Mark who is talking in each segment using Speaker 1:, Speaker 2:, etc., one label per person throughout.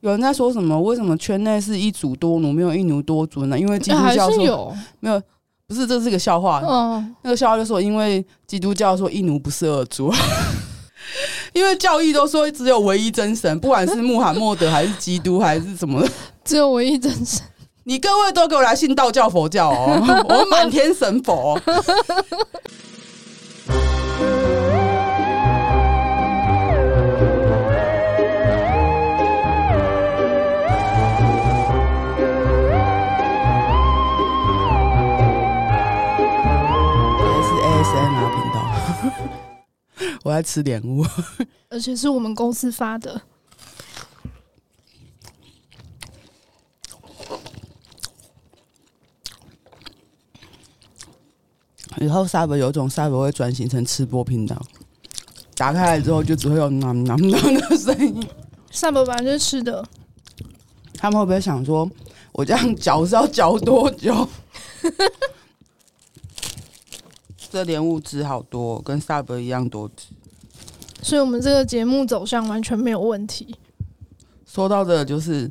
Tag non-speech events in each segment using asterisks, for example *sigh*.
Speaker 1: 有人在说什么？为什么圈内是一主多奴，没有一奴多主呢？因为基督
Speaker 2: 呃哎还
Speaker 1: 教
Speaker 2: 是
Speaker 1: 说
Speaker 2: 有，
Speaker 1: 没有，不是这是个笑话。
Speaker 2: 嗯，
Speaker 1: 那个笑话就说，因为基督教说一奴不是二主， *laughs* 因为教义都说只有唯一真神，不管是穆罕默德还是基督还是什么的，
Speaker 2: 只有我一真神，
Speaker 1: 你各位都给我来信道教、佛教哦，我满天神佛、哦还是 ASMR 频道， *laughs* 我在吃莲雾，
Speaker 2: 而且是我们公司发的。
Speaker 1: 以后 Sub 有一种 Sub 会转型成吃播频道，打开来之后就只会有nam nam nam 的声音。
Speaker 2: 上本本来就是吃的，
Speaker 1: 他们会不会想说， *laughs* 我这样嚼是要嚼多久？ *laughs* 这莲雾汁好多，跟 Sub 一样多汁。
Speaker 2: 所以我们这个节目走向完全没有问题。
Speaker 1: 说到的就是，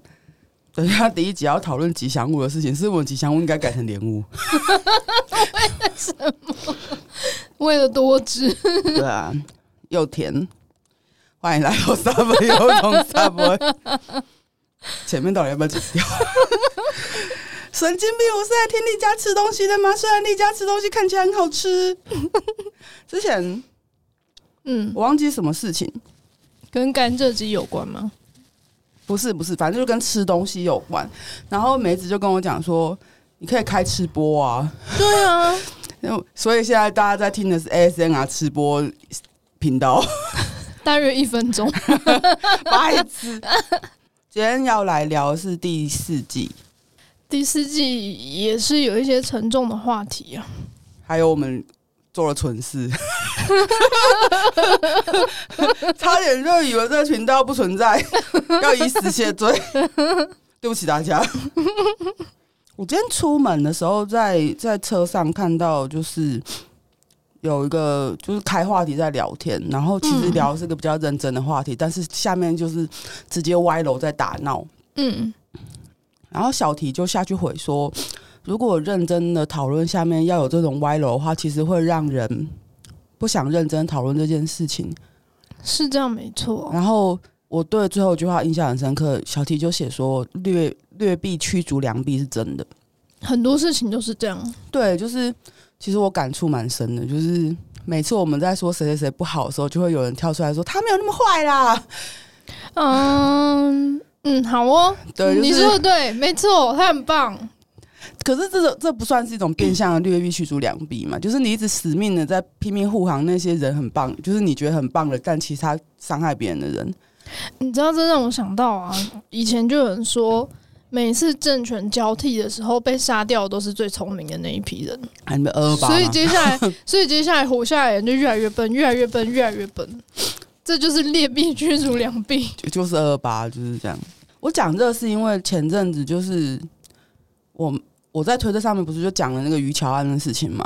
Speaker 1: 等一下第一集要讨论吉祥物的事情，是我们吉祥物应该改成莲雾。
Speaker 2: 为了多汁，
Speaker 1: 对啊， *laughs* 又甜。欢迎来到 Sub 有种 Sub。前面到底要不要剪掉？ *laughs* 神经病！我是来听丽佳吃东西的吗？虽然丽佳吃东西看起来很好吃，之前
Speaker 2: 嗯，
Speaker 1: 我忘记什么事情，
Speaker 2: 跟甘蔗鸡有关吗？
Speaker 1: 不是不是，反正就跟吃东西有关。然后梅子就跟我讲说，你可以开吃播啊。
Speaker 2: 对啊，
Speaker 1: 然后所以现在大家在听的是 ASMR 吃播频道，
Speaker 2: 大约一分钟。 *laughs*
Speaker 1: 白痴。 *laughs* 今天要来聊的是第四季，
Speaker 2: 第四季也是有一些沉重的话题啊，
Speaker 1: 还有我们做了蠢事， *laughs* 差点就以为这个频道不存在， *laughs* 要以死谢罪。 *laughs* 对不起大家。 *laughs* 我今天出门的时候在在车上看到，就是有一个就是开话题在聊天，然后其实
Speaker 2: 嗯
Speaker 1: 聊的是个比较认真的话题，但是下面就是直接歪楼在打闹。
Speaker 2: 嗯，
Speaker 1: 然后小提就下去回说，如果认真的讨论下面要有这种歪楼的话，其实会让人不想认真讨论这件事情。
Speaker 2: 是这样没错。
Speaker 1: 然后我对最后一句话印象很深刻，小提就写说劣劣币驱逐良币是真的。
Speaker 2: 很多事情都是这样，
Speaker 1: 对，就是其实我感触蛮深的，就是每次我们在说谁谁谁不好的时候，就会有人跳出来说他没有那么坏啦。 *laughs*
Speaker 2: 嗯嗯，好哦，
Speaker 1: 对，
Speaker 2: 你
Speaker 1: 就是
Speaker 2: 说的对，没错，他很棒。
Speaker 1: 可是这个这不算是一种变相的劣币驱逐良币嘛？就是你一直死命的在拼命护航那些人很棒，就是你觉得很棒的，但其实他伤害别人的人，
Speaker 2: 你知道，这让我想到啊，以前就有人说，每次政权交替的时候，被杀掉的都是最聪明的那一批人，
Speaker 1: 还没二二八嘛。
Speaker 2: 所以接下来，所以接下来活下来的人就越来越笨，越来越笨，越来越笨。这就是劣币驱逐良币。
Speaker 1: 就就是二二八就是这样。我讲这是因为前阵子就是我我在推特上面不是就讲了那个于乔安的事情嘛，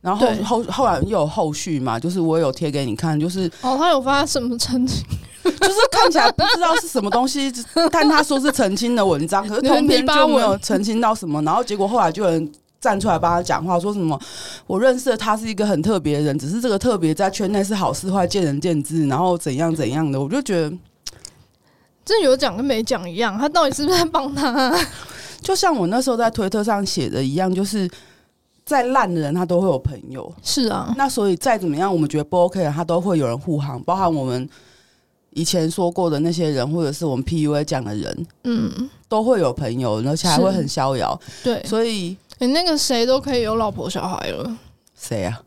Speaker 1: 然后
Speaker 2: 对
Speaker 1: 后后后来又有后续嘛，就是我有贴给你看，就是
Speaker 2: 哦，他有发什么成绩？
Speaker 1: 就是看起来不知道是什么东西， *laughs* 但他说是澄清的文章，可是通篇就没有澄清到什么。然后结果后来就有人站出来帮他讲话，说什么我认识的他是一个很特别的人，只是这个特别在圈内是好是坏见仁见智，然后怎样怎样的，我就觉得
Speaker 2: 这有讲跟没讲一样，他到底是不是在帮他、
Speaker 1: 就像我那时候在推特上写的一样，就是再烂的人他都会有朋友，
Speaker 2: 是啊，
Speaker 1: 那所以再怎么样，我们觉得不 OK 的，他都会有人护航，包含我们以前说过的那些人，或者是我们 PUA 讲的人。
Speaker 2: 嗯，
Speaker 1: 都会有朋友，而且还会很逍遥。
Speaker 2: 对，
Speaker 1: 所以
Speaker 2: 你、那个谁都可以有老婆小孩了，
Speaker 1: 谁啊？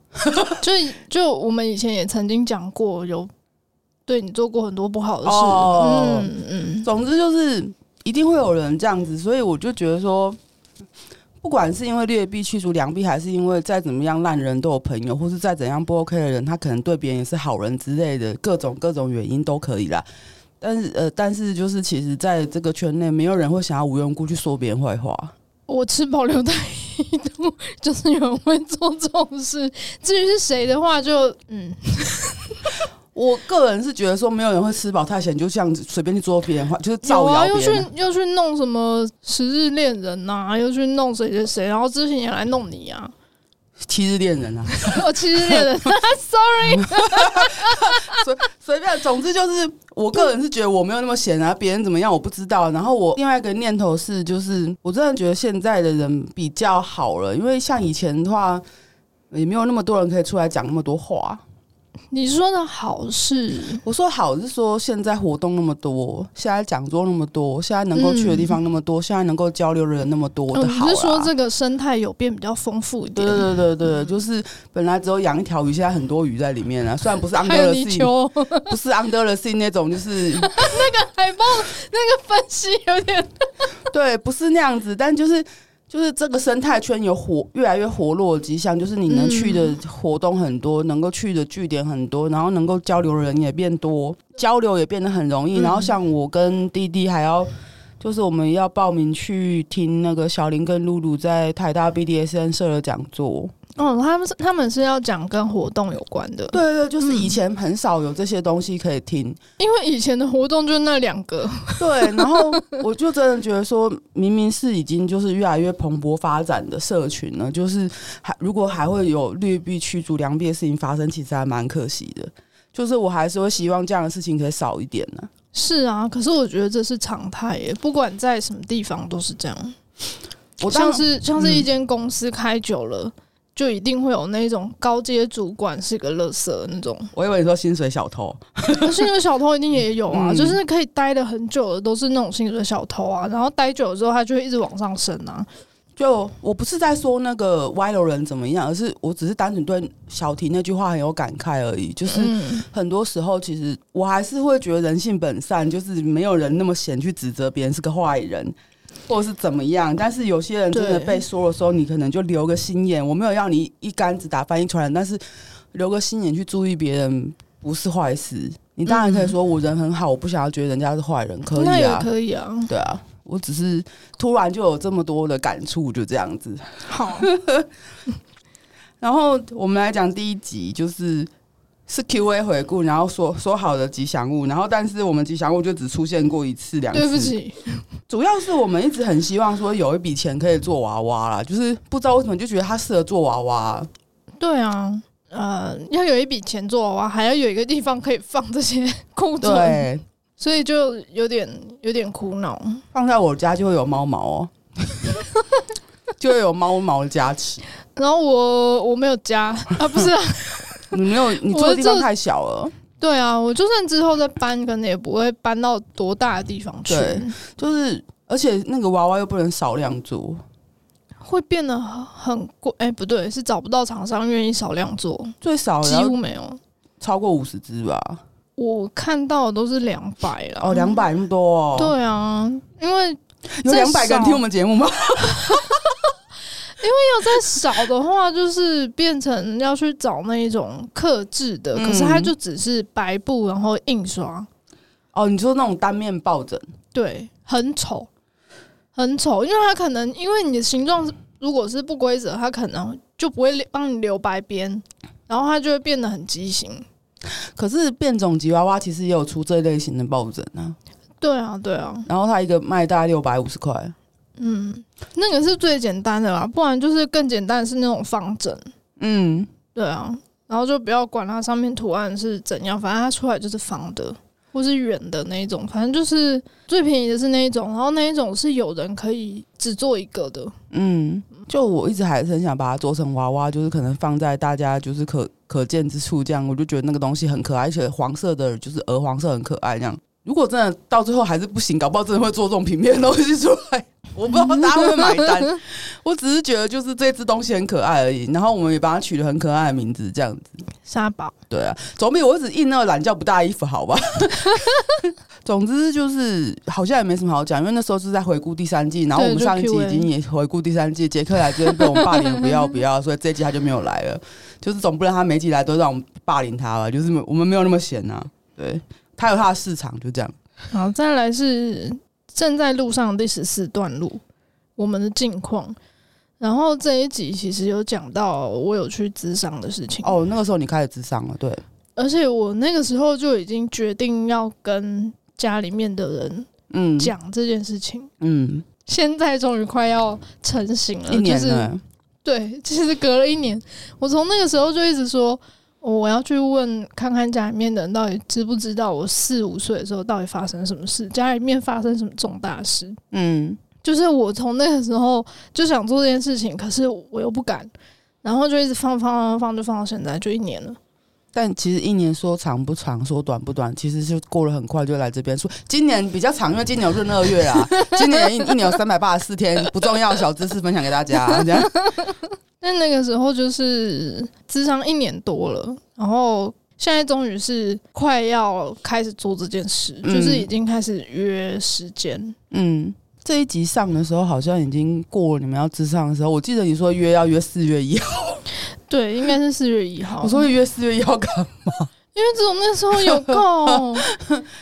Speaker 2: 就就我们以前也曾经讲过，有对你做过很多不好的事，
Speaker 1: 哦
Speaker 2: 嗯嗯，
Speaker 1: 总之就是一定会有人这样子，所以我就觉得说，不管是因为劣币驱逐良币，还是因为再怎么样烂人都有朋友，或是再怎样不 OK 的人，他可能对别人也是好人之类的，各种各种原因都可以啦。但是呃，但是就是其实在这个圈内，没有人会想要无缘无故去说别人坏话。
Speaker 2: 我持保留态度，就是有人会做这种事。至于是谁的话就，嗯，
Speaker 1: 我个人是觉得说，没有人会吃饱太闲，就这样子随便去做别人话，就是
Speaker 2: 有
Speaker 1: 造
Speaker 2: 啊，
Speaker 1: 谣
Speaker 2: 又
Speaker 1: 别
Speaker 2: 去
Speaker 1: 人。
Speaker 2: 又去弄什么十日恋人呐、又去弄谁谁谁，然后之前也来弄你啊， *laughs*
Speaker 1: 七日恋人啊，
Speaker 2: 哦，七日
Speaker 1: *laughs*
Speaker 2: 恋人，sorry，
Speaker 1: 随随便，总之就是，我个人是觉得我没有那么闲啊，别人怎么样我不知道。然后我另外一个念头是，就是我真的觉得现在的人比较好了，因为像以前的话，也没有那么多人可以出来讲那么多话。
Speaker 2: 你说的好是
Speaker 1: 我说好是说现在活动那么多，现在讲座那么多，现在能够去的地方那么多，现在能够交流的人那么多
Speaker 2: 嗯
Speaker 1: 的
Speaker 2: 你
Speaker 1: 好啦、
Speaker 2: 是说这个生态有变比较丰富一
Speaker 1: 对
Speaker 2: 点？
Speaker 1: 对对对对，就是本来只有养一条鱼，现在很多鱼在里面啊。虽然不是 under
Speaker 2: 还有
Speaker 1: the
Speaker 2: 泥
Speaker 1: sea，
Speaker 2: 鳅，那
Speaker 1: 不是 under the sea 那种，
Speaker 2: *laughs*
Speaker 1: 就是
Speaker 2: 个海报那个分析有点
Speaker 1: *laughs* 对，不是那样子，但就是就是这个生态圈有活越来越活络的迹象，就是你能去的活动很多，能够去的据点很多，然后能够交流的人也变多，交流也变得很容易。
Speaker 2: 嗯
Speaker 1: 然后像我跟弟弟还要。就是我们要报名去听那个小林跟露露在台大 BDSN 社的讲座，
Speaker 2: 哦，他们是他们是要讲跟活动有关的，
Speaker 1: 对对，对就是以前很少有这些东西可以听，
Speaker 2: 因为以前的活动就那两个，
Speaker 1: 对，然后我就真的觉得说，明明是已经就是越来越蓬勃发展的社群呢，就是还如果还会有劣币驱逐良币的事情发生，其实还蛮可惜的。就是我还是会希望这样的事情可以少一点呢、
Speaker 2: 是啊，可是我觉得这是常态耶，不管在什么地方都是这样。
Speaker 1: 我当嗯
Speaker 2: 像
Speaker 1: 时
Speaker 2: 是像是一间公司开久了，就一定会有那种高阶主管是个乐色那种， *laughs*
Speaker 1: 我以为你说薪水小偷，
Speaker 2: 可是那个小偷一定也有啊，
Speaker 1: 嗯
Speaker 2: 就是可以待的很久的都是那种薪水小偷啊，然后待久了之后他就会一直往上升啊。
Speaker 1: 就我不是在说那个歪楼人怎么样，而是我只是单纯对小提那句话很有感慨而已。就是
Speaker 2: 嗯，
Speaker 1: 很多时候，其实我还是会觉得人性本善，就是没有人那么闲去指责别人是个坏人，或者是怎么样。但是有些人真的
Speaker 2: 对
Speaker 1: 被说的时候，你可能就留个心眼。我没有要你一竿子打翻一船人，但是留个心眼去注意别人不是坏事。你当然可以说我人很好，我不想要觉得人家是坏人，可
Speaker 2: 那
Speaker 1: 以
Speaker 2: 也
Speaker 1: 啊，
Speaker 2: 可以啊。
Speaker 1: 对啊。我只是突然就有这么多的感触，就这样子。
Speaker 2: 好，
Speaker 1: 然后我们来讲第一集，就是是 Q&A 回顾，然后说说好的吉祥物，然后但是我们吉祥物就只出现过一次两次。
Speaker 2: *laughs* 对不，起，
Speaker 1: 主要是我们一直很希望说有一笔钱可以做娃娃啦，就是不知道为什么就觉得它适合做娃娃。
Speaker 2: 对啊。呃，要有一笔钱做娃娃，还要有一个地方可以放这些 *laughs* 库存，
Speaker 1: 对，
Speaker 2: 所以就有点有点苦恼。
Speaker 1: 放在我家就会有猫毛
Speaker 2: *laughs*
Speaker 1: 哦，就会有猫毛的加持。
Speaker 2: 然后我我没有加啊，不是啊，
Speaker 1: 你没有，你住的地
Speaker 2: 我
Speaker 1: 方
Speaker 2: 这
Speaker 1: 太小了。
Speaker 2: 对啊，我就算之后再搬，可能也不会搬到多大的地方去，
Speaker 1: 对就是而且那个娃娃又不能少量做，
Speaker 2: 会变得很贵。哎、不对，是找不到厂商愿意少量做，
Speaker 1: 最少也
Speaker 2: 几
Speaker 1: 要
Speaker 2: 乎没有。
Speaker 1: 超过五十只吧？
Speaker 2: 我看到的都是两百了，
Speaker 1: 哦，两百那么多、哦，
Speaker 2: 对啊，因为
Speaker 1: 有
Speaker 2: 再
Speaker 1: 两百个人
Speaker 2: 少
Speaker 1: 听我们节目吗？
Speaker 2: 要再少的话，就是变成要去找那一种克制的，可是它
Speaker 1: 嗯
Speaker 2: 就只是白布，然后印刷，
Speaker 1: 哦，你说那种单面抱枕，
Speaker 2: 对，很丑，很丑，因为它可能因为你的形状是如果是不规则，它可能就不会留帮你留白边，然后它就会变得很畸形。
Speaker 1: 可是变种吉娃娃其实也有出这类型的抱枕啊，
Speaker 2: 对啊，对啊，
Speaker 1: 然后它一个卖大概六百五十块，
Speaker 2: 嗯，那个是最简单的啦，不然就是更简单的是那种方枕，
Speaker 1: 嗯，
Speaker 2: 对啊，然后就不要管它上面图案是怎样，反正它出来就是方的。或是圆的那一种，反正就是最便宜的是那一种，然后那一种是有人可以只做一个的，
Speaker 1: 嗯，就我一直还是很想把它做成娃娃，就是可能放在大家就是可可见之处这样，我就觉得那个东西很可爱，而且黄色的就是鹅黄色很可爱这样。如果真的到最后还是不行，搞不好真的会做这种平面的东西出来，我不知道大家会不会买单。我只是觉得就是这只东西很可爱而已，然后我们也把它取了很可爱的名字这样子。
Speaker 2: 沙堡。
Speaker 1: 对啊，总比我一直印那个懒觉不大衣服
Speaker 2: *laughs*
Speaker 1: 好吧？总之就是好像也没什么好讲，因为那时候是在回顾第三季，然后我们
Speaker 2: 对就
Speaker 1: 上一集
Speaker 2: Q&A
Speaker 1: 已经也回顾第三季，杰克来这边被我们霸凌得不要不要，所以这一季他就没有来
Speaker 2: *laughs*
Speaker 1: 了。就是总不能他每集来都让我们霸凌他吧？就是我们没有那么闲呐、对他有他的市场，就这样。
Speaker 2: 好，再来是正在路上第十四段路，我们的近况。然后这一集其实有讲到我有去咨商的事情，
Speaker 1: 哦哦，那个时候你开始智商了，对，
Speaker 2: 而且我那个时候就已经决定要跟家里面的人
Speaker 1: 嗯，
Speaker 2: 讲这件事情，
Speaker 1: 嗯，
Speaker 2: 现在终于快要成型了，
Speaker 1: 一年
Speaker 2: 呃就是
Speaker 1: 了，
Speaker 2: 对，其实隔了一年，我从那个时候就一直说，哦我要去问看看家里面的人到底知不知道我四五岁的时候到底发生什么事，家里面发生什么重大事。
Speaker 1: 嗯
Speaker 2: 就是我从那个时候就想做这件事情，可是我又不敢，然后就一直放放放放，就放到现在，就一年了。
Speaker 1: 但其实一年说长不长，说短不短，其实就过了很快，就来这边说今年比较长，因为今年有闰二月 *laughs* 啦，今年一一年有三百八十四天，不重要小知识分享给大家，这样，
Speaker 2: 但那个时候就是智商一年多了，然后现在终于是快要开始做这件事，
Speaker 1: 嗯
Speaker 2: 就是已经开始约时间。
Speaker 1: 嗯。这一集上的时候，好像已经过了你们要智上的时候。我记得你说约要约四月一号，
Speaker 2: 对，应该是四月一号。
Speaker 1: 我说约四月一号干嘛？
Speaker 2: 因为只有那时候
Speaker 1: *laughs*
Speaker 2: 有空，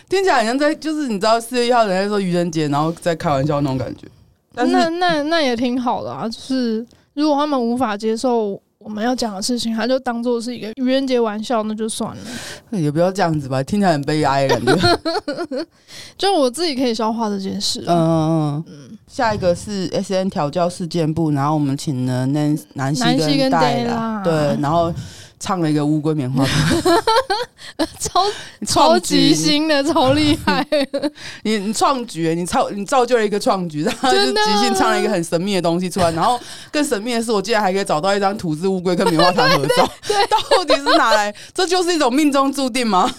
Speaker 1: 听起来好像在就是你知道四月一号人家说愚人节，然后在开玩笑那种感觉。但是
Speaker 2: 那那那也挺好的啊。就是如果他们无法接受我们要讲的事情，他就当做是一个愚人节玩笑，那就算了。
Speaker 1: *laughs* 也不要这样子吧，听起来很悲哀的感觉。
Speaker 2: 就我自己可以消化这件事。嗯，
Speaker 1: 嗯嗯嗯。下一个是 S N 调教事件部，然后我们请了南南希
Speaker 2: 南希跟
Speaker 1: 戴
Speaker 2: Della
Speaker 1: 拉，对，然后唱了一个乌龟棉花 *laughs* 糖，
Speaker 2: 超超
Speaker 1: 创
Speaker 2: 级
Speaker 1: 举
Speaker 2: 新的，超厉害。
Speaker 1: *laughs* 你你 *laughs* 创举，你造你造就了一个创举，然 *laughs* 后就
Speaker 2: 真的
Speaker 1: 即兴唱了一个很神秘的东西出来，然后更神秘的是，我竟然还可以找到一张土制乌龟跟棉花糖合 *laughs* 照，到底是哪来？这就是一种命中注定吗？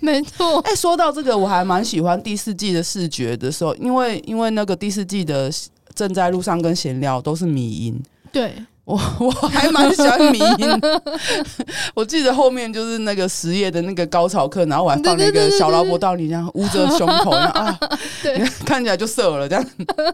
Speaker 2: 没错，
Speaker 1: *laughs* 哎、说到这个，我还蛮喜欢第四季的视觉的时候，因为因为那个第四季的正在路上跟闲聊都是迷音，
Speaker 2: 对，
Speaker 1: 我 *laughs* 我还蛮喜欢迷
Speaker 2: *laughs*
Speaker 1: 音的。我记得后面就是那个实业的那个高潮课，然后我还放了一
Speaker 2: 对对对
Speaker 1: 个
Speaker 2: 对
Speaker 1: 小劳勃道尼，这样捂着胸口，然后啊，
Speaker 2: *laughs* 对
Speaker 1: 你看起来就色了这样。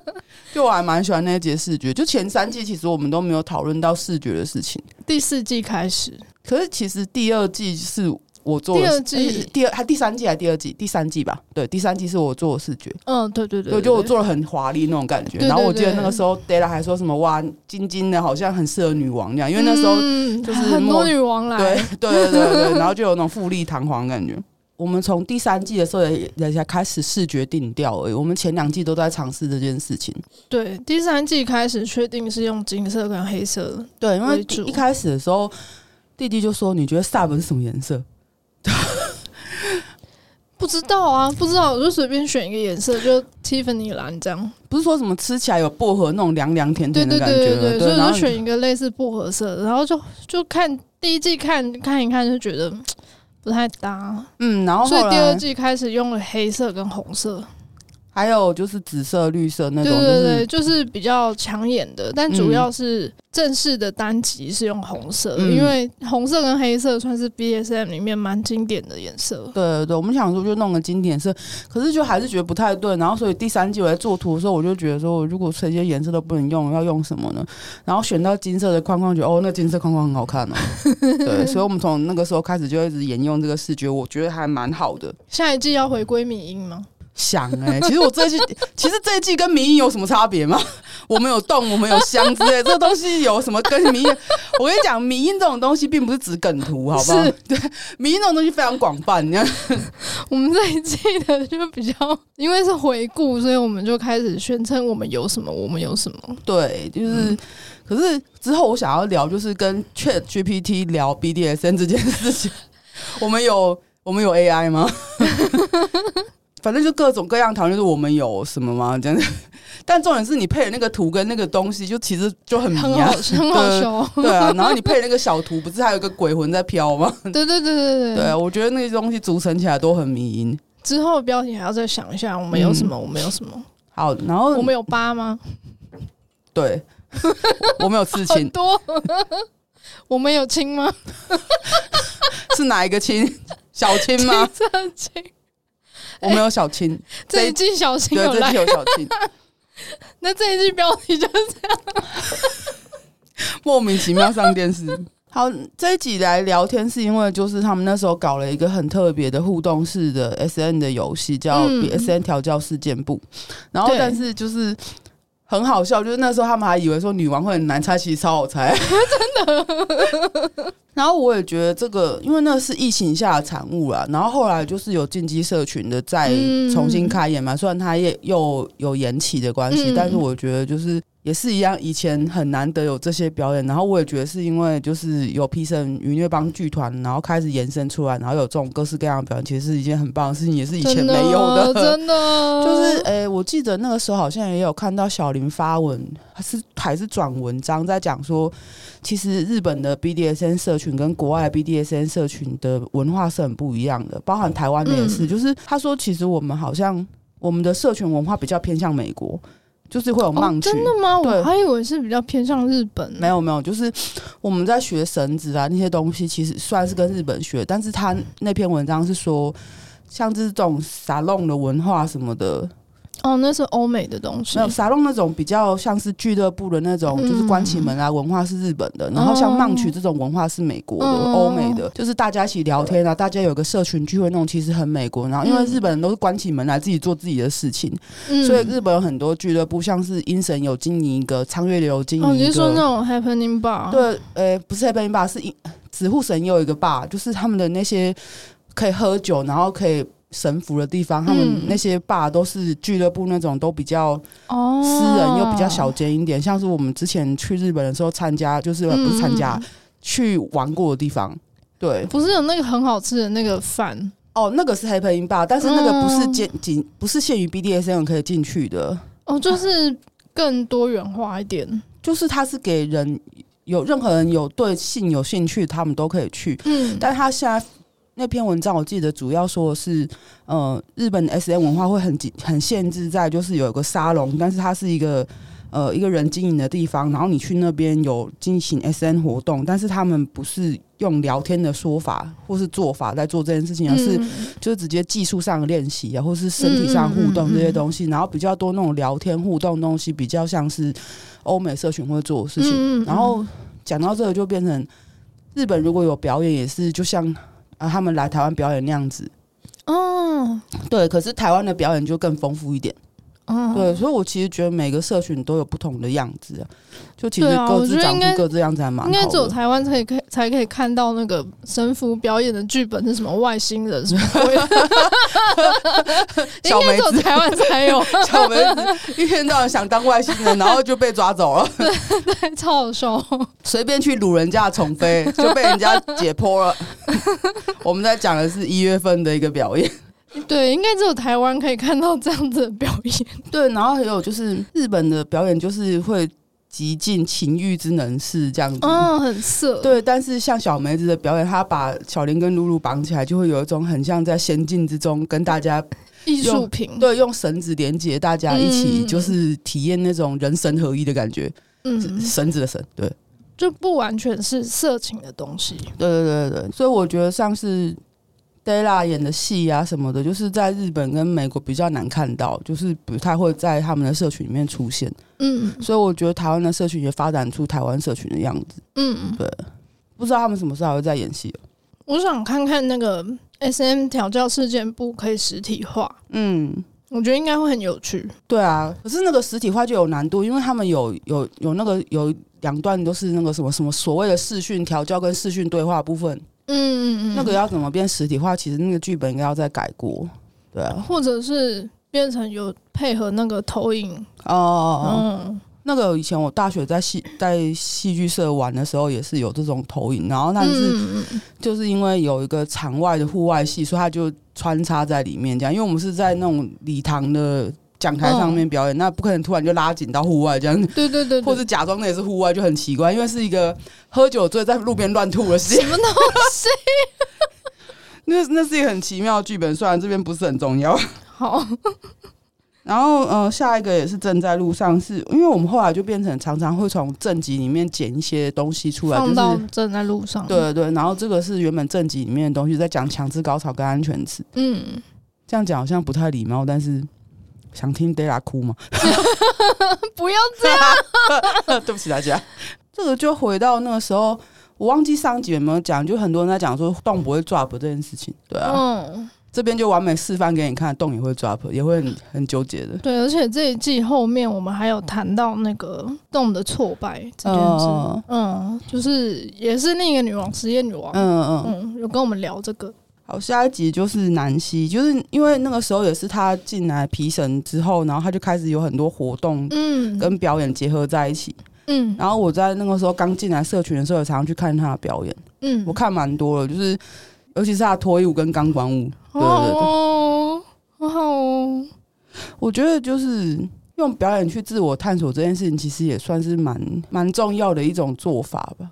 Speaker 1: *laughs* 就我还蛮喜欢那一节视觉，就前三季其实我们都没有讨论到视觉的事情，
Speaker 2: 第四季开始，
Speaker 1: 可是其实第二季是。我做的
Speaker 2: 第二
Speaker 1: 事
Speaker 2: 季
Speaker 1: 哎第二还第三季还是第二季，第三季吧，对，第三季是我做的视觉，
Speaker 2: 嗯，对对对，
Speaker 1: 对，
Speaker 2: 对
Speaker 1: 就我，做的很华丽那种感觉。
Speaker 2: 对对
Speaker 1: 然后我记得
Speaker 2: 对
Speaker 1: 那个时候 Della 还说什么哇，金金的，好像很适合女王这样，因为那时候、
Speaker 2: 嗯
Speaker 1: 就是
Speaker 2: 很
Speaker 1: 莫
Speaker 2: 多女王来，
Speaker 1: 对对对对对，然后就有那种富丽堂皇的感觉。我们从第三季的时候也也才开始视觉定调而已，我们前两季都在尝试这件事情。
Speaker 2: 对，第三季开始确定是用金色跟黑色的，
Speaker 1: 对，因为
Speaker 2: 为主
Speaker 1: 一开始的时候，弟弟就说：“你觉得 sub 是什么颜色
Speaker 2: 不知道啊，不知道，我就随便选一个颜色，就 Tiffany 蓝这样。？”
Speaker 1: 不是说什么吃起来有薄荷那种凉凉甜
Speaker 2: 对
Speaker 1: 甜的
Speaker 2: 对
Speaker 1: 感觉
Speaker 2: 对
Speaker 1: 吗，
Speaker 2: 对所以
Speaker 1: 然后
Speaker 2: 我就选一个类似薄荷色的，然后就就看第一季看看一看就觉得嗯不太搭，
Speaker 1: 嗯，然后
Speaker 2: 所
Speaker 1: 后
Speaker 2: 以第二
Speaker 1: 来
Speaker 2: 季开始用了黑色跟红色。
Speaker 1: 还有就是紫色、绿色那
Speaker 2: 对
Speaker 1: 种，
Speaker 2: 对
Speaker 1: 就是
Speaker 2: 对，就是嗯比较抢眼的，但主要是正式的单集是用红色的，
Speaker 1: 嗯
Speaker 2: 因为红色跟黑色算是 BSM 里面蛮经典的颜色。
Speaker 1: 对对对，我们想说就弄个经典色，可是就还是觉得不太对。然后所以第三季我在做图的时候，我就觉得说，我如果这些颜色都不能用，要用什么呢？然后选到金色的框框，觉得哦，那金色框框很好看哦。对，所以我们从那个时候开始就一直沿用这个视觉，我觉得还蛮好的。
Speaker 2: 下一季要回归米音吗？
Speaker 1: 想哎、其实我这一季，其实这一季跟民音有什么差别吗？我们有动，我们有香之类，这东西有什么跟民音？我跟你讲，民音这种东西并不是指梗图，好不好
Speaker 2: 是？
Speaker 1: 对，民音这种东西非常广泛，你看，
Speaker 2: 我们这一季的就比较， *laughs* 因为是回顾，所以我们就开始宣称我们有什么，我们有什么。
Speaker 1: 对，
Speaker 2: 嗯
Speaker 1: 就是，可是之后我想要聊，就是跟 Chat GPT 聊 BDSN 这件事情， *laughs* 我们有我们有 AI 吗？ *laughs* 反正就各种各样讨论，就是我们有什么吗？这样，但重点是你配的那个图跟那个东西，就其实就很迷
Speaker 2: 很
Speaker 1: 啊
Speaker 2: 好，，很 *laughs* 好笑。
Speaker 1: 对啊。然后你配的那个小图，不是还有一个鬼魂在飘吗？
Speaker 2: 对对对对
Speaker 1: 对啊，我觉得那些东西组成起来都很迷因。
Speaker 2: 之后的标题还要再想一下，我们有什么，我们有什么，
Speaker 1: 好，然后
Speaker 2: 我们有八 *laughs* 吗？
Speaker 1: 对，我们有刺
Speaker 2: 很
Speaker 1: 青，
Speaker 2: 多。 *laughs* 我们有亲吗？
Speaker 1: *laughs* 是哪一个亲？小 *laughs* 青吗？
Speaker 2: 这亲。
Speaker 1: 我们有小青。 *laughs*
Speaker 2: 这一季小新
Speaker 1: 对，
Speaker 2: 有
Speaker 1: 这
Speaker 2: 来 *laughs*
Speaker 1: 期，有小青，
Speaker 2: 那这一季标题就是
Speaker 1: *laughs* 莫名其妙上电视。 *laughs* 好，这一集来聊天是因为就是他们那时候搞了一个很特别的互动式的 S N 的游戏，叫
Speaker 2: 嗯
Speaker 1: S N 调教事件簿。然后，
Speaker 2: 对
Speaker 1: 但是就是很好 *laughs* 笑，就是那时候他们还以为说女王会很难猜，其实超好猜。真的。 *laughs* 然后我也觉得这个，因为那是疫情下的产物啦。然后后来就是有进击社群的再
Speaker 2: 嗯
Speaker 1: 重新开演嘛，虽然它也又有延期的关系，
Speaker 2: 嗯
Speaker 1: 但是我觉得就是也是一样，以前很难得有这些表演。然后我也觉得是因为就是有披神云乐帮剧团，然后开始延伸出来，然后有这种各式各样的表演，其实是一件很棒的事情，也是以前
Speaker 2: 真的哦
Speaker 1: 没有的。
Speaker 2: 真的
Speaker 1: *laughs* 就是诶、我记得那个时候好像也有看到小林发文，还是还是转文章在讲说，其实日本的 BDSN 社群跟国外的 BDSN 社群的文化是很不一样的，包含台湾的也是。
Speaker 2: 嗯
Speaker 1: 就是他说，其实我们好像我们的社群文化比较偏向美国，就是会有
Speaker 2: 哦
Speaker 1: 漫曲。
Speaker 2: 真的吗？
Speaker 1: 对
Speaker 2: 我还以为是比较偏向日本，
Speaker 1: 没有没有，就是我们在学绳子啊那些东西，其实虽然是跟日本学，但是他
Speaker 2: 嗯
Speaker 1: 那篇文章是说，像这种沙龙的文化什么的，
Speaker 2: 哦，那是欧美的东西
Speaker 1: 没有沙龙那种比较像是俱乐部的那种，
Speaker 2: 嗯
Speaker 1: 就是关起门啊，文化是日本的，然后像
Speaker 2: 哦
Speaker 1: 棒曲这种文化是美国的、
Speaker 2: 嗯
Speaker 1: 欧美的，就是大家一起聊天啊，大家有个社群聚会那种，其实很美国。然后因为
Speaker 2: 嗯
Speaker 1: 日本人都是关起门来自己做自己的事情，
Speaker 2: 嗯
Speaker 1: 所以日本有很多俱乐部，像是阴神有经营一个，苍月流有经
Speaker 2: 哦，
Speaker 1: 营
Speaker 2: 你
Speaker 1: 一
Speaker 2: 是说
Speaker 1: 个，
Speaker 2: 那种 happening bar？，
Speaker 1: 对，呃，不是 Happy Bar，是阴紫户神也有一个 bar，就是他们的那些可以喝酒，然后可以。神服的地方，他们
Speaker 2: 嗯
Speaker 1: 那些 bar 都是俱乐部那种，都比较
Speaker 2: 哦，
Speaker 1: 私人又比较小间一点，像是我们之前去日本的时候参加，就是呃
Speaker 2: 嗯，
Speaker 1: 不是参加、
Speaker 2: 嗯，
Speaker 1: 去玩过的地方。对
Speaker 2: 嗯，不是有那个很好吃的那个饭
Speaker 1: 哦，那个是黑 a 音吧，但是那个不是
Speaker 2: 嗯
Speaker 1: 仅仅、不是限于 BDSM 可以进去的，
Speaker 2: 哦，就是更多元化一点，
Speaker 1: 就是它是给人有任何人有对性有兴趣，他们都可以去。
Speaker 2: 嗯，
Speaker 1: 但他现在那篇文章，我记得主要说的是，呃，日本 S M 文化会很紧很限制在就是有一个沙龙，但是它是一个呃一个人经营的地方，然后你去那边有进行 S N 活动，但是他们不是用聊天的说法或是做法在做这件事情，而是
Speaker 2: 嗯
Speaker 1: 就是直接技术上的练习啊，或是身体上互动这些东西，然后比较多那种聊天互动的东西，比较像是欧美社群会做的事情。
Speaker 2: 嗯嗯嗯
Speaker 1: 然后讲到这个，就变成日本如果有表演，也是就像啊他们来台湾表演那样子。
Speaker 2: 哦
Speaker 1: 对，可是台湾的表演就更丰富一点。嗯
Speaker 2: 哦，
Speaker 1: 对，所以我其实觉得每个社群都有不同的样子啊，就其实
Speaker 2: 对啊
Speaker 1: 各
Speaker 2: 我觉
Speaker 1: 自
Speaker 2: 得
Speaker 1: 长
Speaker 2: 应
Speaker 1: 出
Speaker 2: 该
Speaker 1: 各自样子还蛮
Speaker 2: 应该
Speaker 1: 好
Speaker 2: 只有
Speaker 1: *laughs* 的。
Speaker 2: 台湾才可以才可以看到那个神符表演的剧本是什么外星人什么鬼的， *laughs*
Speaker 1: *laughs*
Speaker 2: 应
Speaker 1: 小
Speaker 2: 该
Speaker 1: 梅
Speaker 2: 只有
Speaker 1: 子，
Speaker 2: 台湾才有，
Speaker 1: 小梅子一天到晚想当外星人，然后就被抓 *laughs* 走了。
Speaker 2: 超好笑。
Speaker 1: 随便去掳人家的宠妃，就被人家解剖了。 *laughs* 我们在讲的是一月份的一个表演，
Speaker 2: *laughs* 对，应该只有台湾可以看到这样子的表演。
Speaker 1: 对，然后还有就是日本的表演，就是会极尽情欲之能事这样子。
Speaker 2: 嗯、很色。，
Speaker 1: 对，但是像小梅子的表演，她把小林跟露露绑起来，就会有一种很像在仙境之中跟大家
Speaker 2: 艺术品。，
Speaker 1: 对用绳子连接大家一起，
Speaker 2: 嗯
Speaker 1: 就是体验那种人神合一的感觉，
Speaker 2: 嗯，
Speaker 1: 绳子的绳，对。
Speaker 2: 就不完全是色情的东西。
Speaker 1: 对对对对，所以我觉得像是 Della 演的戏啊什么的，就是在日本跟美国比较难看到，就是不太会在他们的社群里面出现。
Speaker 2: 嗯
Speaker 1: 所以我觉得台湾的社群也发展出台湾社群的样子。
Speaker 2: 嗯，
Speaker 1: 不知道他们什么时候还会再演戏哦、
Speaker 2: 我想看看那个 S M 调教事件簿可以实体化，
Speaker 1: 嗯，
Speaker 2: 我觉得应该会很有趣。
Speaker 1: 对啊。可是那个实体化就有难度，因为他们有有有那个有两段都是那个什么什么所谓的视讯调教跟视讯对话部分，
Speaker 2: 嗯嗯嗯，
Speaker 1: 那个要怎么变实体化，其实那个剧本应该要再改过。对啊，
Speaker 2: 或者是变成有配合那个投影。
Speaker 1: 哦哦哦。
Speaker 2: 嗯
Speaker 1: 那个以前我大学在戏在戏剧社玩的时候也是有这种投影，然后但是
Speaker 2: 嗯嗯
Speaker 1: 就是因为有一个场外的户外戏，所以它就穿插在里面这样。因为我们是在那种礼堂的讲台上面表演，那不可能突然就拉紧到户外这
Speaker 2: *laughs*
Speaker 1: 样，
Speaker 2: 对对对对，
Speaker 1: 或是假装那也是户外就很奇怪，因为是一个喝酒醉在路边乱吐的戏。
Speaker 2: *laughs* 什么东西？
Speaker 1: 那那是一个很奇妙的剧本，虽然这边不是很重要。
Speaker 2: 好，
Speaker 1: 啊然后，呃，下一个也是正在路上是，因为我们后来就变成常常会从正集里面剪一些东西出来，就
Speaker 2: 放
Speaker 1: 是
Speaker 2: 到正在路上。，
Speaker 1: 对对，然后这个是原本正集里面的东西，在讲强制高潮跟安全词。
Speaker 2: 嗯，
Speaker 1: 这样讲好像不太礼貌，但是想听 Della 哭 *laughs* 吗？
Speaker 2: 不要
Speaker 1: 对不起大家，这个就回到那个时候，我忘记上集有没有讲，就很多人在讲说动不会 drop 这件事情。对啊，
Speaker 2: 嗯，
Speaker 1: 这边就完美示范给你看，洞也会 drop，也会很很纠结的。
Speaker 2: 对，而且这一季后面我们还有谈到那个动的挫败这件事，
Speaker 1: 哦
Speaker 2: 嗯，就是也是另一个女王实验女王，
Speaker 1: 嗯嗯嗯，
Speaker 2: 嗯，有跟我们聊这个，
Speaker 1: 好，下一集就是南希，就是因为那个时候也是他进来皮神之后，然后他就开始有很多活动
Speaker 2: 嗯
Speaker 1: 跟表演结合在一起。
Speaker 2: 嗯
Speaker 1: 然后我在那个时候刚进来社群的时候，也常常去看他的表演，
Speaker 2: 嗯
Speaker 1: 我看蛮多了，就是尤其是他的脱衣舞跟钢管舞，
Speaker 2: 好好哦，好好哦，
Speaker 1: 我觉得就是用表演去自我探索这件事情，其实也算是蛮蛮重要的一种做法吧。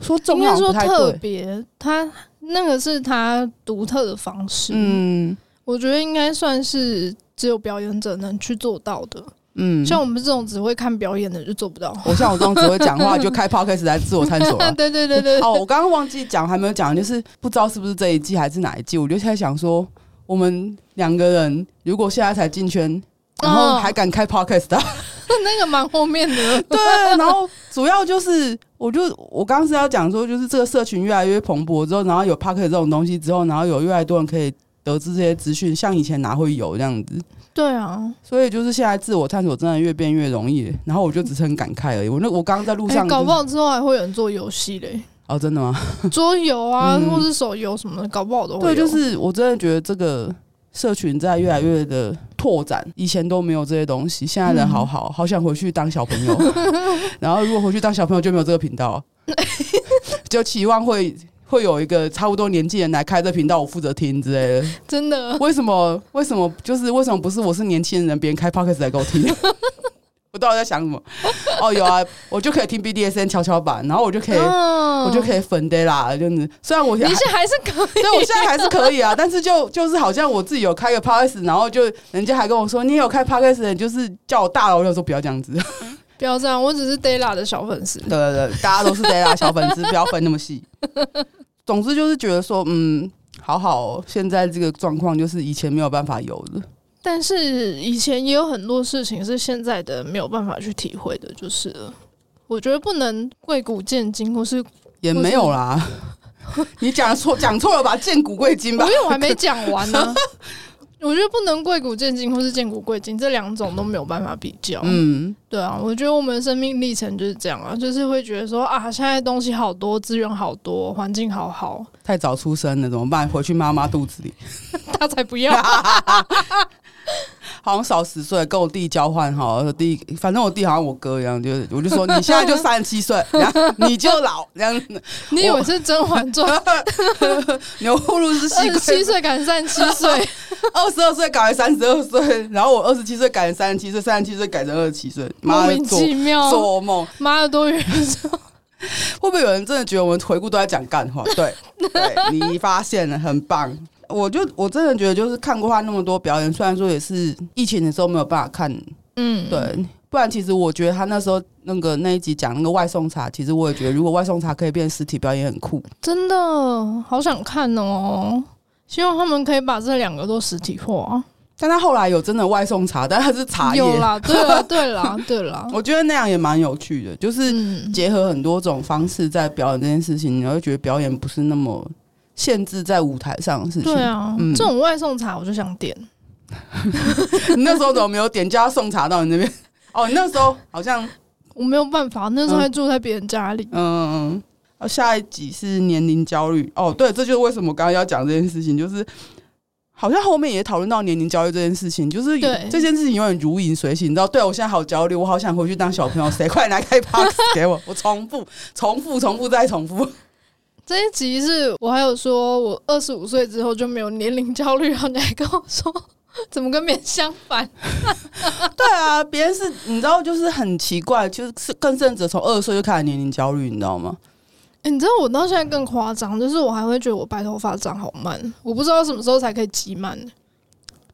Speaker 1: 说重
Speaker 2: 应
Speaker 1: 要
Speaker 2: 该
Speaker 1: 好像
Speaker 2: 说
Speaker 1: 不太
Speaker 2: 特
Speaker 1: 对，
Speaker 2: 别，他那个是他独特的方式，
Speaker 1: 嗯
Speaker 2: 我觉得应该算是只有表演者能去做到的，
Speaker 1: 嗯，
Speaker 2: 像我们这种只会看表演的就做不到。
Speaker 1: 我像我这种只会讲话就开 podcast 来自我探索
Speaker 2: 啊，
Speaker 1: 了。
Speaker 2: 对对 *laughs* 对对，
Speaker 1: 哦，我刚刚忘记讲，还没有讲，就是不知道是不是这一季还是哪一季，我就在想说，我们两个人如果现在才进圈，然后
Speaker 2: 嗯
Speaker 1: 还敢开 podcast 的话
Speaker 2: *laughs* 那个蛮后面的， *laughs*
Speaker 1: *laughs* 对，然后主要就是，我就我刚刚是要讲说，就是这个社群越来越蓬勃之后，然后有 p a r k e t 这种东西之后，然后有越来越多人可以得知这些资讯，像以前哪会有这样子？
Speaker 2: 对啊，
Speaker 1: 所以就是现在自我探索真的越变越容易，然后我就只是很感慨而已。我那我刚刚在路
Speaker 2: 哎
Speaker 1: 上、就是
Speaker 2: 搞不好之后还会有人做游戏嘞， *laughs*
Speaker 1: 哦，真的吗？
Speaker 2: 桌游啊，
Speaker 1: 嗯
Speaker 2: 或是手游什么的，搞不好都
Speaker 1: 对，
Speaker 2: 会哦有。
Speaker 1: 就是我真的觉得这个社群在越来越的拓展，以前都没有这些东西，现在人
Speaker 2: 嗯
Speaker 1: 好好，好想回去当小朋
Speaker 2: *laughs*
Speaker 1: 友。然后如果回去当小朋友，就没有这个频道，啊就期望会会有一个差不多年纪的人来开这频道，我负责听之类的。
Speaker 2: 真的，
Speaker 1: 为什么？为什么？就是为什么不是我是年轻人，别人开 podcast 来给我听？ *laughs* 我到底在想什么？哦，有啊，我就可以听 BDSN 跷跷板，然后我就可以，
Speaker 2: 嗯
Speaker 1: 我就可以粉 day 啦，就是虽然我
Speaker 2: 你是还是可以，
Speaker 1: *laughs* 对，我现在还是可以啊，但是就就是好像我自己有开个 podcast，然后就人家还跟我说你也有开 podcast，你就是叫我大佬，我就说不要这样子。 *laughs*
Speaker 2: *laughs* 不要这样，我只是 Della 的小粉丝
Speaker 1: 对，对对，大家都是 d a 小粉丝，不要分那么细。总之就是觉得说，嗯，好好、哦，现在这个状况就是以前没有办法有的。
Speaker 2: 但是以前也有很多事情是现在的没有办法去体会的，就是了我觉得不能贵古见今，或是
Speaker 1: 也没有啦。 *laughs* 你讲错讲错了吧？见骨贵金
Speaker 2: 因
Speaker 1: 吧。
Speaker 2: 为我还没讲
Speaker 1: *laughs*
Speaker 2: 完呢、我觉得不能贵古见今，或是见古贵今，这两种都没有办法比较。
Speaker 1: 嗯，
Speaker 2: 对啊，我觉得我们的生命历程就是这样啊，就是会觉得说啊，现在东西好多，资源好多，环境好好， *laughs*
Speaker 1: 太早出生了怎么办？回去妈妈肚子里，
Speaker 2: 他才
Speaker 1: *laughs*
Speaker 2: 不要。
Speaker 1: 好像少十岁，跟我弟交换哈。我弟反正我弟好像我哥一样，就是我就说你现在就三十七岁，然后你就老这样子。
Speaker 2: 你以为是《甄嬛
Speaker 1: *laughs*
Speaker 2: 传》
Speaker 1: 牛呼噜是
Speaker 2: 二
Speaker 1: 西
Speaker 2: 十七
Speaker 1: 归，
Speaker 2: 岁赶上七岁？
Speaker 1: 二十二岁改为三十二岁，然后我二十七岁改成三十七岁，三十七岁改成二十七岁，
Speaker 2: 莫
Speaker 1: *laughs* 妈的
Speaker 2: 名
Speaker 1: 做
Speaker 2: 其妙，
Speaker 1: 做梦。
Speaker 2: 妈的多元宇宙。
Speaker 1: 会不会有人真的觉得我们回顾都在讲干话？对，对你发现了，很棒。我就我真的觉得，就是看过他那么多表演，虽然说也是疫情的时候没有办法看，
Speaker 2: 嗯，
Speaker 1: 对，不然其实我觉得他那时候那个那一集讲那个外送茶，其实我也觉得，如果外送茶可以变实体表演，很酷。
Speaker 2: 真的好想看哦。希望他们可以把这两个都实体化。
Speaker 1: 但他后来有真的外送茶，但他是茶叶
Speaker 2: 有，
Speaker 1: *laughs*
Speaker 2: 啦，对啦，对啦，对啦。
Speaker 1: 我觉得那样也蛮有趣的，就是
Speaker 2: 嗯，
Speaker 1: 结合很多种方式在表演这件事情，你会觉得表演不是那么限制在舞台上的事情。
Speaker 2: 对啊，
Speaker 1: 嗯
Speaker 2: 这种外送茶我就想点。
Speaker 1: 你 *laughs* 那时候怎么没有点叫他送茶到你那边？哦，你那时候好像
Speaker 2: 我没有办法，那时候还住在别人家里。
Speaker 1: 嗯，哦下一集是年龄焦虑。哦，对，这就是为什么我刚刚要讲这件事情，就是好像后面也讨论到年龄焦虑这件事情，就是
Speaker 2: 对
Speaker 1: 这件事情永远如影随形。你知道，对我现在好焦虑，我好想回去当小朋友，谁快来开 p a *laughs* s 给我？我重复、重复、重复再重复。
Speaker 2: 这一集是我还有说，我二十五岁之后就没有年龄焦虑，然后你还跟我说怎么跟别人相反？
Speaker 1: 对啊，别人是你知道，就是很奇怪，就是更甚者从二十岁就开始年龄焦虑，你知道吗？
Speaker 2: *laughs* 欸你知道我到现在更夸张，就是我还会觉得我白头发长好慢，我不知道什么时候才可以挤满。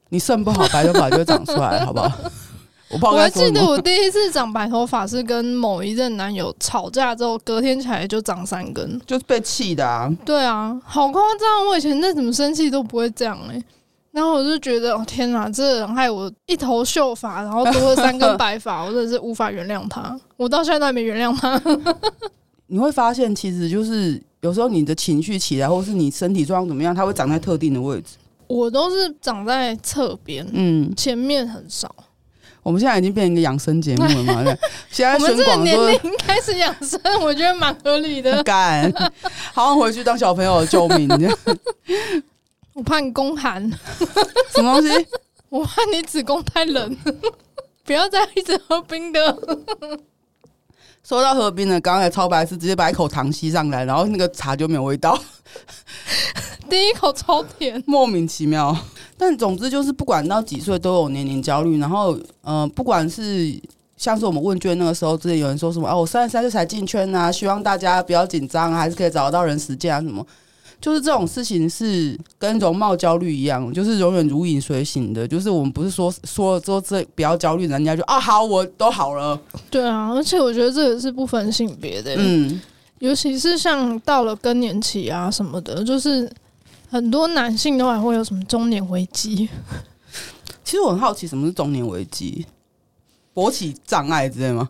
Speaker 1: 你肾不好，白头发就会长出来，好不好？ *laughs* 我不知道
Speaker 2: 我
Speaker 1: 该
Speaker 2: 还
Speaker 1: 说
Speaker 2: 记
Speaker 1: 什
Speaker 2: 得
Speaker 1: 么。
Speaker 2: 我第一次长白头发是跟某一任男友吵架之后，隔天起来就长三根。
Speaker 1: 就是被气的啊！
Speaker 2: 对啊，好夸张！我以前再怎么生气都不会这样哎、然后我就觉得，哦天哪，这人害我一头秀发，然后多了三根白 *laughs* 发，我真的是无法原谅他。我到现在都还没原谅他。 *laughs*
Speaker 1: 你会发现，其实就是有时候你的情绪起来，或是你身体状况怎么样，它会长在特定的位置。
Speaker 2: 我都是长在侧边，
Speaker 1: 嗯，
Speaker 2: 前面很少。
Speaker 1: 我们现在已经变成一个养生节目了嘛？
Speaker 2: *laughs*
Speaker 1: 对，现在
Speaker 2: 我们
Speaker 1: 宣
Speaker 2: 这个
Speaker 1: 广
Speaker 2: 年
Speaker 1: 说。
Speaker 2: 龄开始养生，我觉得蛮合理的 *laughs*
Speaker 1: 干，好想回去当小朋友，救命！这样
Speaker 2: 我怕你宫寒，
Speaker 1: 什么东西？
Speaker 2: 我怕你子宫太冷， *laughs* 不要再一直喝冰的。
Speaker 1: 说到河滨呢，刚才超白痴直接把一口糖吸上来，然后那个茶就没有味道，
Speaker 2: 第一口超甜，
Speaker 1: 莫名其妙。但总之就是，不管到几岁都有年龄焦虑，然后呃，不管是。像是我们问卷那个时候，之前有人说什么哦，我三十三岁才进圈啊，希望大家不要紧张啊，还是可以找得到人实践啊，什么，就是这种事情是跟容貌焦虑一样，就是永远如影随形的。就是我们不是说说了之后这不要焦虑，人家就啊好，我都好了，
Speaker 2: 对啊，而且我觉得这个是不分性别的、
Speaker 1: 嗯，
Speaker 2: 尤其是像到了更年期啊什么的，就是很多男性都还会有什么中年危机， *laughs*
Speaker 1: 其实我很好奇，什么是中年危机？勃起障碍之类吗？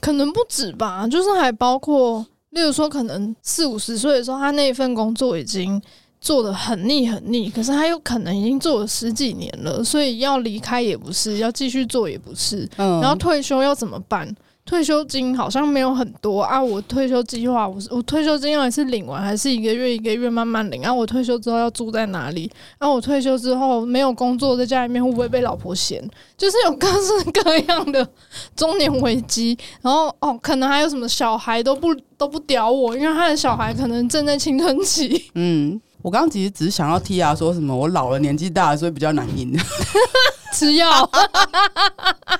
Speaker 2: 可能不止吧，就是还包括，例如说，可能四五十岁的时候，他那一份工作已经做的很腻很腻，可是他有可能已经做了十几年了，所以要离开也不是，要继续做也不是，
Speaker 1: 嗯，
Speaker 2: 然后退休要怎么办？退休金好像没有很多啊，我退休计划，我是我退休金要是领完，还是一个月一个月慢慢领？啊，我退休之后要住在哪里？啊，我退休之后没有工作，在家里面会不会被老婆嫌？就是有各式各样的中年危机，然后哦，可能还有什么小孩都不都不屌我，因为他的小孩可能正在青春期，
Speaker 1: 嗯，我刚刚其实只是想要 T 啊，说什么我老了，年纪大了，所以比较难赢。？
Speaker 2: 吃药， *laughs*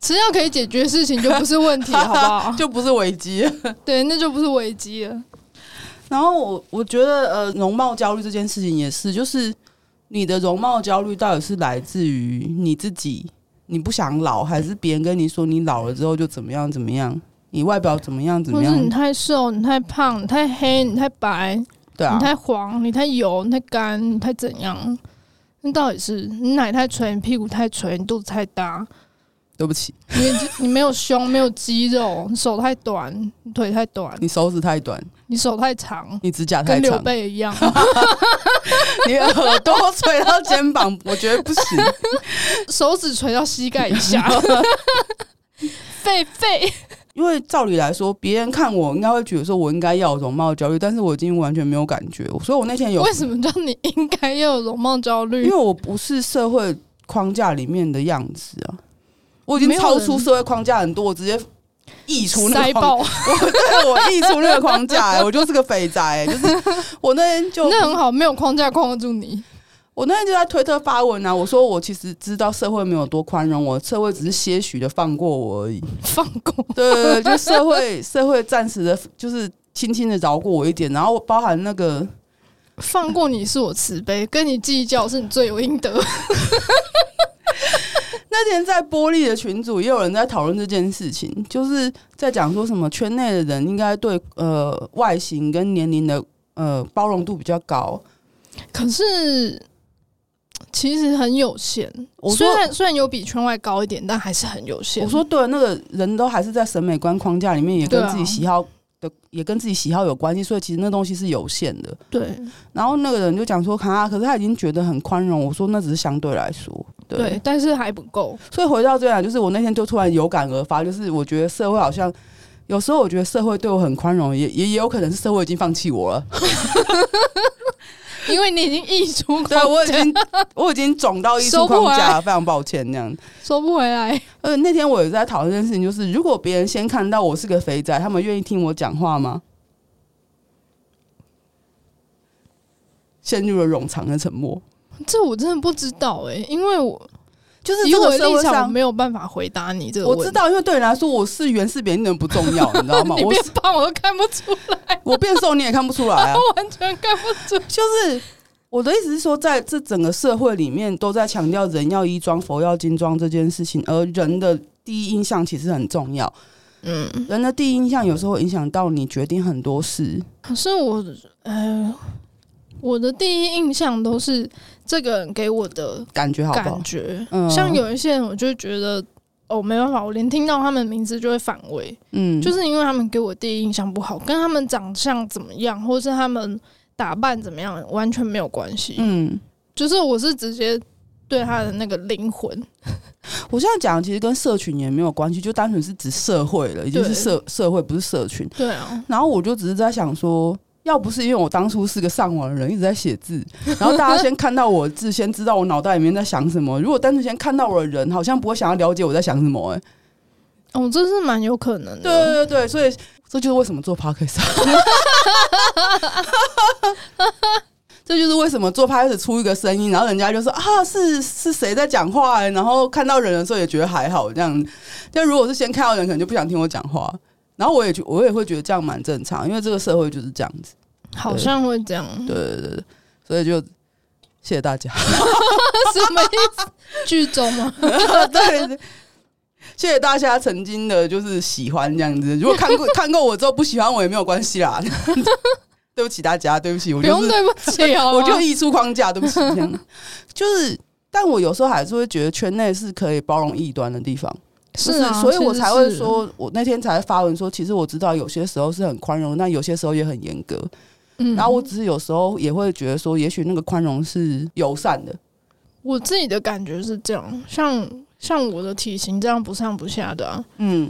Speaker 2: 吃药可以解决事情就不是问题，好不
Speaker 1: *laughs*
Speaker 2: 好 *laughs*
Speaker 1: 就不是危机。
Speaker 2: 对，那就不是危机了。
Speaker 1: 然后我我觉得呃，容貌焦虑这件事情也是，就是你的容貌焦虑到底是来自于你自己，你不想老，还是别人跟你说你老了之后就怎么样怎么样，你外表怎么样怎
Speaker 2: 或
Speaker 1: 么
Speaker 2: 是
Speaker 1: 样
Speaker 2: 你？太瘦，你太胖，你太黑，你太白，
Speaker 1: 对啊
Speaker 2: 你，太黄，你太油，你太干，你太怎样？那到底是你奶太垂，你屁股太垂，你肚子太大，
Speaker 1: 对不起，
Speaker 2: 你眼睛 *laughs* 你没有胸，没有肌肉，你手太短，你腿太短，
Speaker 1: 你手指太短，
Speaker 2: 你手太长，
Speaker 1: 你指甲太
Speaker 2: 跟刘
Speaker 1: 长，
Speaker 2: 备一样。 *laughs*
Speaker 1: 你耳朵垂到肩膀，我觉得不行。
Speaker 2: 手指垂到膝盖以下， *laughs* 狒狒，
Speaker 1: 因为照理来说，别人看我应该会觉得说我应该要有容貌焦虑，但是我已经完全没有感觉，所以我那天有
Speaker 2: *laughs* 为，什么叫你应该要有容貌焦
Speaker 1: 因
Speaker 2: 虑
Speaker 1: 为？我不是社会框架里面的样子啊，我已经
Speaker 2: 没有人
Speaker 1: 超出社会框架很多，我直接溢出那
Speaker 2: 塞
Speaker 1: 个框，
Speaker 2: 爆，
Speaker 1: 我 *laughs* 对我溢出那个框架、我就是个肥宅、就是我那天就
Speaker 2: *laughs* 那很好，没有框架框得住你。
Speaker 1: 我那天就在推特发文啊，我说我其实知道社会没有多宽容我，社会只是些许的放过我而已。
Speaker 2: 放过，
Speaker 1: *laughs* 对对对，就社会社会暂时的，就是轻轻的饶过我一点，然后包含那个
Speaker 2: 放过你是我慈悲，跟你计较是你罪有应得。
Speaker 1: 那天在玻璃的群组也有人在讨论这件事情，就是在讲说什么圈内的人应该对呃外形跟年龄的呃包容度比较高。
Speaker 2: *laughs* 可是其实很有限，
Speaker 1: 我
Speaker 2: 虽
Speaker 1: 说
Speaker 2: 然虽然有比圈外高一点，但还是很有限。
Speaker 1: 我说对，那个人都还是在审美观框架里面，也
Speaker 2: 对
Speaker 1: 跟
Speaker 2: 啊
Speaker 1: 自己喜好的、也跟自己喜好有关系，所以其实那东西是有限的。
Speaker 2: 对
Speaker 1: 然后那个人就讲说，啊，可是他已经觉得很宽容。我说那只是相对来说，对。
Speaker 2: 对，但是还不够。
Speaker 1: 所以回到这来，就是我那天就突然有感而发，就是我觉得社会好像有时候我觉得社会对我很宽容，也也也有可能是社会已经放弃 *laughs* 我了。
Speaker 2: *laughs* 因为你已经溢出框
Speaker 1: 对啊
Speaker 2: 架，
Speaker 1: 我已经我已经肿到艺术框架了，非常抱歉那样。
Speaker 2: 收不回来。
Speaker 1: 而且那天我也在讨论一件事情，就是如果别人先看到我是个肥宅，他们愿意听我讲话吗？陷入了冗长的沉默，
Speaker 2: 这我真的不知道哎、因为我
Speaker 1: 就是
Speaker 2: 以
Speaker 1: 这
Speaker 2: 我
Speaker 1: 个
Speaker 2: 的
Speaker 1: 社
Speaker 2: 立
Speaker 1: 会
Speaker 2: 场，我
Speaker 1: 上，
Speaker 2: 没有办法回答你这个问题。？
Speaker 1: 我知道，因为对你来说，我是原是别人不重要，你知道吗 *laughs*
Speaker 2: 你
Speaker 1: 我
Speaker 2: 变胖我都看不出来，
Speaker 1: 我变瘦你也看不出
Speaker 2: *laughs*
Speaker 1: 来啊，
Speaker 2: 完全看不出。
Speaker 1: 就是我的意思是说，在这整个社会里面，都在强调人要衣装，佛要金装这件事情，而人的第一印象其实很重要。
Speaker 2: 嗯，
Speaker 1: 人的第一印象有时候会影响到你决定很多事。
Speaker 2: *laughs* 可是我，呃，我的第一印象都是这个人给我的
Speaker 1: 感觉好不好
Speaker 2: 感？觉。
Speaker 1: 嗯
Speaker 2: 像有一些人，我就觉得哦，没办法，我连听到他们名字就会反胃，
Speaker 1: 嗯，
Speaker 2: 就是是因为他们给我第一印象不好，跟他们长相怎么样，或是他们打扮怎么样，完全没有关系。
Speaker 1: 嗯，
Speaker 2: 就是我是直接对他的那个灵魂，
Speaker 1: 我现在讲其实跟社群也没有关系，就单纯是指社会了，已经是
Speaker 2: 对
Speaker 1: 社社会不是社群。
Speaker 2: 对啊，
Speaker 1: 然后我就只是在想说，要不是因为我当初是个上网的人，一直在写字，然后大家先看到我的字，先知道我脑袋里面在想什么。如果单纯先看到我的人，好像不会想要了解我在想什么、哎，
Speaker 2: 哦，这是蛮有可能
Speaker 1: 对对对
Speaker 2: 的，
Speaker 1: 对，所以这就是为什么做 podcast，这就是为什么做 podcast 出一个声音，然后人家就说啊是是谁在讲话、哎然后看到人的时候也觉得还好这样。但如果是先看到人，可能就不想听我讲话。然后我也觉我也会觉得这样蛮正常，因为这个社会就是这样子。
Speaker 2: 好像会这样，
Speaker 1: 对对对对，所以就谢谢大家，
Speaker 2: 什么意思？剧中吗？
Speaker 1: 对，谢谢大家曾经的就是喜欢这样子。如果看过看过我之后不喜欢我也没有关系啦，对不起大家，对不 *laughs* 起，我
Speaker 2: 不
Speaker 1: 就
Speaker 2: 用
Speaker 1: 是
Speaker 2: 对不起哦，
Speaker 1: 我就溢出框架，对不起，这样就是。但我有时候还是会觉得圈内是可以包容异端的地方，就是
Speaker 2: 啊，
Speaker 1: 所以我才会
Speaker 2: 其实是，
Speaker 1: 说，我那天才发文说，其实我知道有些时候是很宽容，但有些时候也很严格。
Speaker 2: 嗯
Speaker 1: 然后我只是有时候也会觉得说，也许那个宽容是友善的，
Speaker 2: 我自己的感觉是这样，像像我的体型这样不上不下的啊，
Speaker 1: 嗯，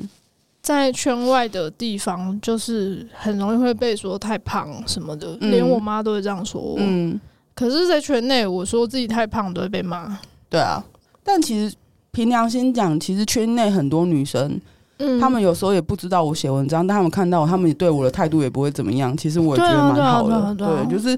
Speaker 2: 在圈外的地方，就是很容易会被说太胖什么的，
Speaker 1: 嗯
Speaker 2: 连我妈都会这样说我。
Speaker 1: 嗯，
Speaker 2: 可是，在圈内，我说自己太胖都会被骂。
Speaker 1: 对啊。但其实凭良心讲，其实圈内很多女生，
Speaker 2: 嗯
Speaker 1: 她们有时候也不知道我写文章，但她们看到我，她们也对我的态度也不会怎么样。其实我也觉
Speaker 2: 对啊
Speaker 1: 得蛮好的，
Speaker 2: 对啊对啊对啊
Speaker 1: 就是。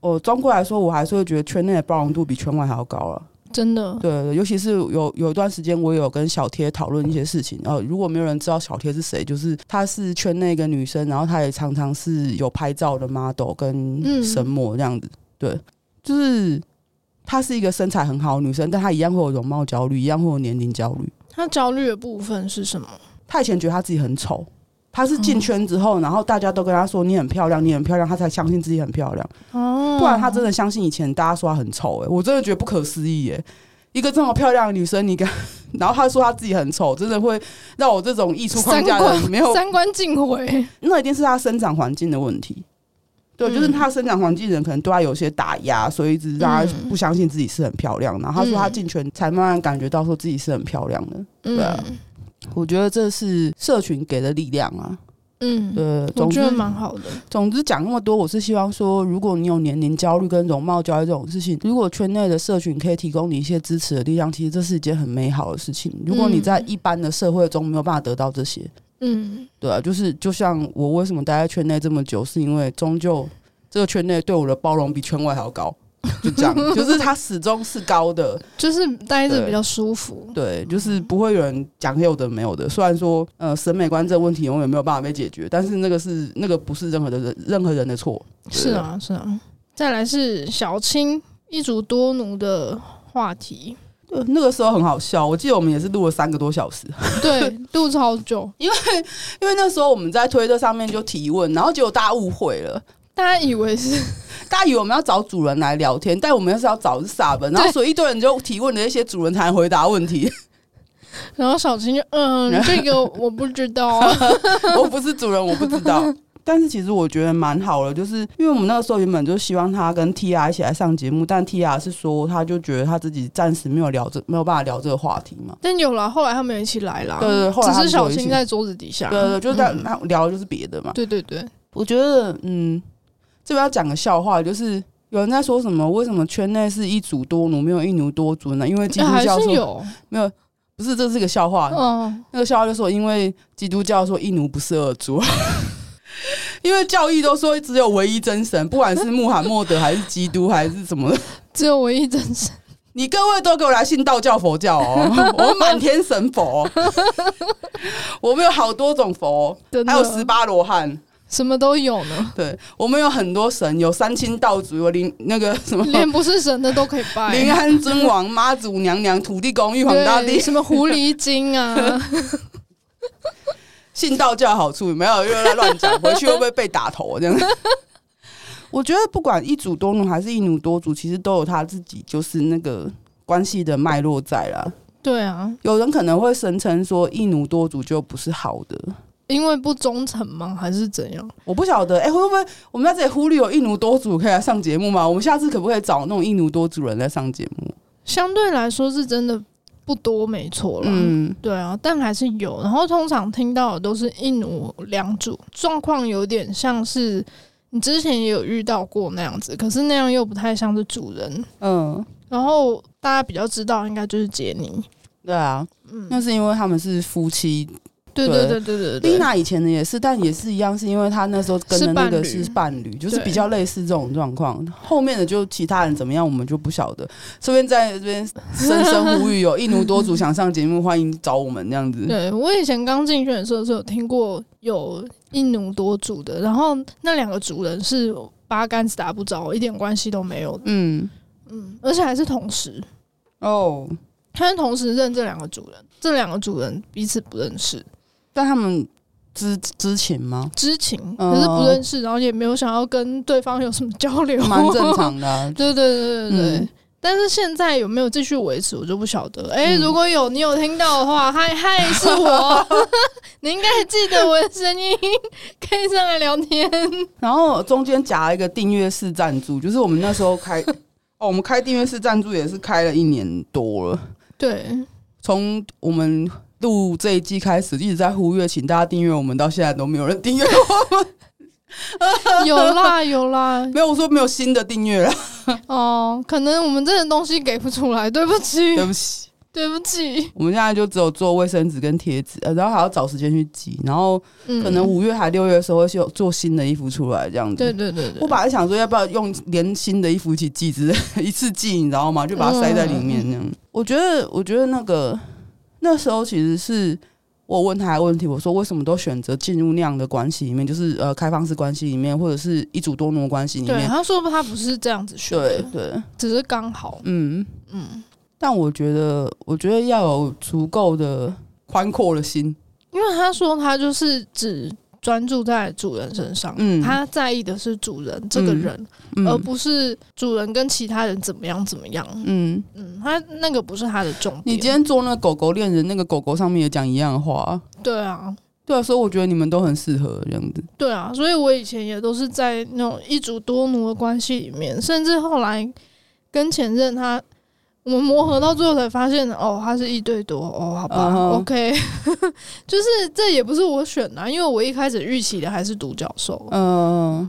Speaker 1: 我总括来说，我还是会觉得圈内的包容度比圈外还要高啊了、
Speaker 2: 真的，
Speaker 1: 对对对，尤其是有有一段时间，我有跟小贴讨论一些事情。呃，如果没有人知道小贴是谁，就是她是圈内一个女生，然后她也常常是有拍照的 model 跟
Speaker 2: 嗯
Speaker 1: 神模这样子。对，就是她是一个身材很好的女生，但她一样会有容貌焦虑，一样会有年龄焦虑。
Speaker 2: 她焦虑的部分是什么？
Speaker 1: 她以前觉得她自己很丑，她是进圈之后，然后大家都跟她说你很漂亮，你很漂亮，她才相信自己很漂亮。
Speaker 2: 哦，
Speaker 1: 不然她真的相信以前大家说她很丑，哎，我真的觉得不可思议，哎，一个这么漂亮的女生，你敢？然后她说她自己很丑，真的会让我这种艺术框
Speaker 2: 三
Speaker 1: 架的人
Speaker 2: 观
Speaker 1: 没有，
Speaker 2: 三观欸尽毁。
Speaker 1: 那一定是她生长环境的问题。对，
Speaker 2: 嗯
Speaker 1: 就是她生长环境的人可能对她有些打压，所以一直让她
Speaker 2: 嗯
Speaker 1: 不相信自己是很漂亮。然后她说她
Speaker 2: 嗯
Speaker 1: 进圈才慢慢感觉到说自己是很漂亮的。
Speaker 2: 嗯
Speaker 1: *laughs* 对啊我觉得这是社群给的力量啊。
Speaker 2: 嗯，
Speaker 1: 对，
Speaker 2: 我
Speaker 1: 总之
Speaker 2: 觉得蛮好的。
Speaker 1: 总之讲那么多，我是希望说，如果你有年龄焦虑跟容貌焦虑这种事情，如果圈内的社群可以提供你一些支持的力量，其实这是一件很美好的事情。如果你在一般的社会中没有办法得到这些，
Speaker 2: 嗯，
Speaker 1: 对啊，就是就像我为什么待在圈内这么久，是因为终究这个圈内对我的包容比圈外还要高。 *laughs* 就这样，就是它始终是高的，
Speaker 2: 就是待着
Speaker 1: 对
Speaker 2: 比较舒服。
Speaker 1: 对，就是不会有人讲有的没有的。虽然说，呃，审美观这个问题永远没有办法被解决，但是那个是那个不是任何的人任何人的错，
Speaker 2: 是啊，是啊。再来是小青一族多奴的话题，
Speaker 1: 对，呃那个时候很好笑，我记得我们也是录了三个多小时， *laughs*
Speaker 2: 对，录超久，
Speaker 1: 因为那时候我们在推特上面就提问，然后结果大家误会了，
Speaker 2: 大家以为是
Speaker 1: 大家以为我们要找主人来聊天，但我们是要找是傻本，然后所以一堆人就提问了一些主人才能回答问题， *laughs*
Speaker 2: 然后小青就嗯，这个我不知道，啊
Speaker 1: *laughs* 我不是主人，我不知道。但是其实我觉得蛮好的，就是因为我们那个时候原本就希望他跟 T R 一起来上节目，但 T R 是说他就觉得他自己暂时没有聊这没有办法聊这个话题嘛，
Speaker 2: 但有了，后来他们有一起来啦，
Speaker 1: 对对后来
Speaker 2: 只
Speaker 1: 他
Speaker 2: 是
Speaker 1: 们
Speaker 2: 小
Speaker 1: 有一
Speaker 2: 青
Speaker 1: 起
Speaker 2: 在桌子底下，
Speaker 1: 对对，就是在
Speaker 2: 嗯
Speaker 1: 他聊的就是别的嘛，
Speaker 2: 对对对，
Speaker 1: 我觉得，嗯，这边要讲个笑话，就是有人在说什么，为什么圈内是一主多奴，没有一奴多主呢？因为基
Speaker 2: 哎
Speaker 1: 督
Speaker 2: 还
Speaker 1: 教
Speaker 2: 是
Speaker 1: 说啊
Speaker 2: 有，
Speaker 1: 没有，不是，这是个笑话。
Speaker 2: 嗯，
Speaker 1: 那个笑话就说，因为基督教说一奴不是二主，因为教义都说只有唯一真
Speaker 2: *laughs*
Speaker 1: 神，不管是穆罕默德还是基督还是什么，
Speaker 2: 只有我一真是，
Speaker 1: 你各位都给我来信道教、佛教哦， *laughs* 我满天神佛、哦，我们有好多种佛、哦
Speaker 2: *laughs* 真的
Speaker 1: 还有十八罗汉。
Speaker 2: 什么都有
Speaker 1: *laughs*
Speaker 2: 呢，
Speaker 1: 对我们有很多神，有三清道祖，有灵那个什么
Speaker 2: 连不是神的都可以拜，
Speaker 1: 临安尊王、妈祖娘娘、土地公、玉皇大
Speaker 2: 对，
Speaker 1: 帝。
Speaker 2: 什么狐狸精啊，
Speaker 1: *laughs* 信道教好处没有，又在乱讲，回去会不会被打头这样？ *laughs* 我觉得不管一主多奴还是一奴多主，其实都有他自己就是那个关系的脉络在啦。
Speaker 2: 对啊，
Speaker 1: 有人可能会声称说一奴多主就不是好的，
Speaker 2: 因为不忠诚吗？还是怎样？
Speaker 1: 我不晓得，哎、会不会我们在这里忽略有印奴多主可以来上节目吗？我们下次可不可以找那种印奴多主人来上节目？
Speaker 2: 相对来说是真的不多，没错啦。
Speaker 1: 嗯，
Speaker 2: 对啊，但还是有。然后通常听到的都是印奴良主，状况有点像是你之前也有遇到过那样子，可是那样又不太像是主人。
Speaker 1: 嗯，
Speaker 2: 然后大家比较知道应该就是杰尼，
Speaker 1: 对啊，那是因为他们是夫妻。
Speaker 2: 对
Speaker 1: 对
Speaker 2: 对对对对
Speaker 1: 丽
Speaker 2: 对，
Speaker 1: 娜以前的也是，但也是一样，是因为她那时候跟的那个
Speaker 2: 是伴
Speaker 1: 是伴
Speaker 2: 侣
Speaker 1: 侣，就是
Speaker 2: 对
Speaker 1: 比较类似这种状况。后面的就其他人怎么样，我们就不晓得。这边在这边深深呼吁，有印奴多主想上节目，欢迎找我们这样子。
Speaker 2: 对我以前刚进选的时候是有听过有印奴多主的，然后那两个主人是八竿子打不着，一点关系都没有的，
Speaker 1: 嗯，
Speaker 2: 嗯，而且还是同时，
Speaker 1: 哦，
Speaker 2: 他们同时认这两个主人，这两个主人彼此不认识，
Speaker 1: 但他们之之前吗？
Speaker 2: 知情
Speaker 1: 哦
Speaker 2: 可是不认识，然后也没有想要跟对方有什么交流，
Speaker 1: 蛮正。常的 *laughs* 啊、
Speaker 2: *laughs* 对对对对对。
Speaker 1: 嗯
Speaker 2: 但是现在有没有继续维持，我就不晓得。哎、
Speaker 1: 嗯
Speaker 2: 如果有你有听到的话，嗨嗨，是
Speaker 1: *laughs*
Speaker 2: 我，你应该还记得我的声音，可以上来聊
Speaker 1: *laughs*
Speaker 2: 天。
Speaker 1: 然后中间夹了一个订阅式赞助，就是我们那时候开，哦，我们开订阅式赞助也是开了一年多了，
Speaker 2: 对，
Speaker 1: 从我们录这一季开始一直在呼吁，请大家订阅我们，到现在都没有人订阅 *laughs* 我们，
Speaker 2: 有啦有啦，
Speaker 1: 没有我说没有新的订阅了，
Speaker 2: 哦，可能我们这种东西给不出来，对不起，
Speaker 1: 对不起，
Speaker 2: 对不起，
Speaker 1: 我们现在就只有做卫生纸跟贴纸，呃然后还要找时间去集，然后
Speaker 2: 嗯，
Speaker 1: 可能五月还六月的时候会有做新的衣服出来这样子。
Speaker 2: 对对对对，
Speaker 1: 我本来想说要不要用连新的衣服一起寄，只是 *laughs* 一次寄，你知道吗？就把它塞在里面
Speaker 2: 嗯
Speaker 1: 那样。我觉得，我觉得那个那时候其实是我问他的问题，我说为什么都选择进入那样的关系里面，就是呃开放式关系里面，或者是一主多奴关系里
Speaker 2: 对，
Speaker 1: 面。
Speaker 2: 他说他不是这样子学
Speaker 1: 对
Speaker 2: 的，
Speaker 1: 对，
Speaker 2: 只是刚好，
Speaker 1: 嗯。
Speaker 2: 嗯，
Speaker 1: 但我觉得，我觉得要有足够的宽阔的心。
Speaker 2: 因为他说他就是只专注在主人身上，
Speaker 1: 嗯
Speaker 2: 他呃在意的是主人这个
Speaker 1: 嗯
Speaker 2: 人，而
Speaker 1: 嗯
Speaker 2: 不是主人跟其他人怎么样怎么样，
Speaker 1: 嗯，
Speaker 2: 嗯，他那个不是他的重点。
Speaker 1: 你今天做那个狗狗恋人，那个狗狗上面也讲一样的话啊。
Speaker 2: 对啊，
Speaker 1: 对啊，所以我觉得你们都很适合这样子。
Speaker 2: 对啊，所以我以前也都是在那种一主多奴的关系里面，甚至后来跟前任他。我们磨合到最后才发现，哦，他是一对多，哦，好吧、
Speaker 1: 嗯哼
Speaker 2: o k *laughs* 就是这也不是我选的啊、因为我一开始预期的还是独角兽，
Speaker 1: 嗯、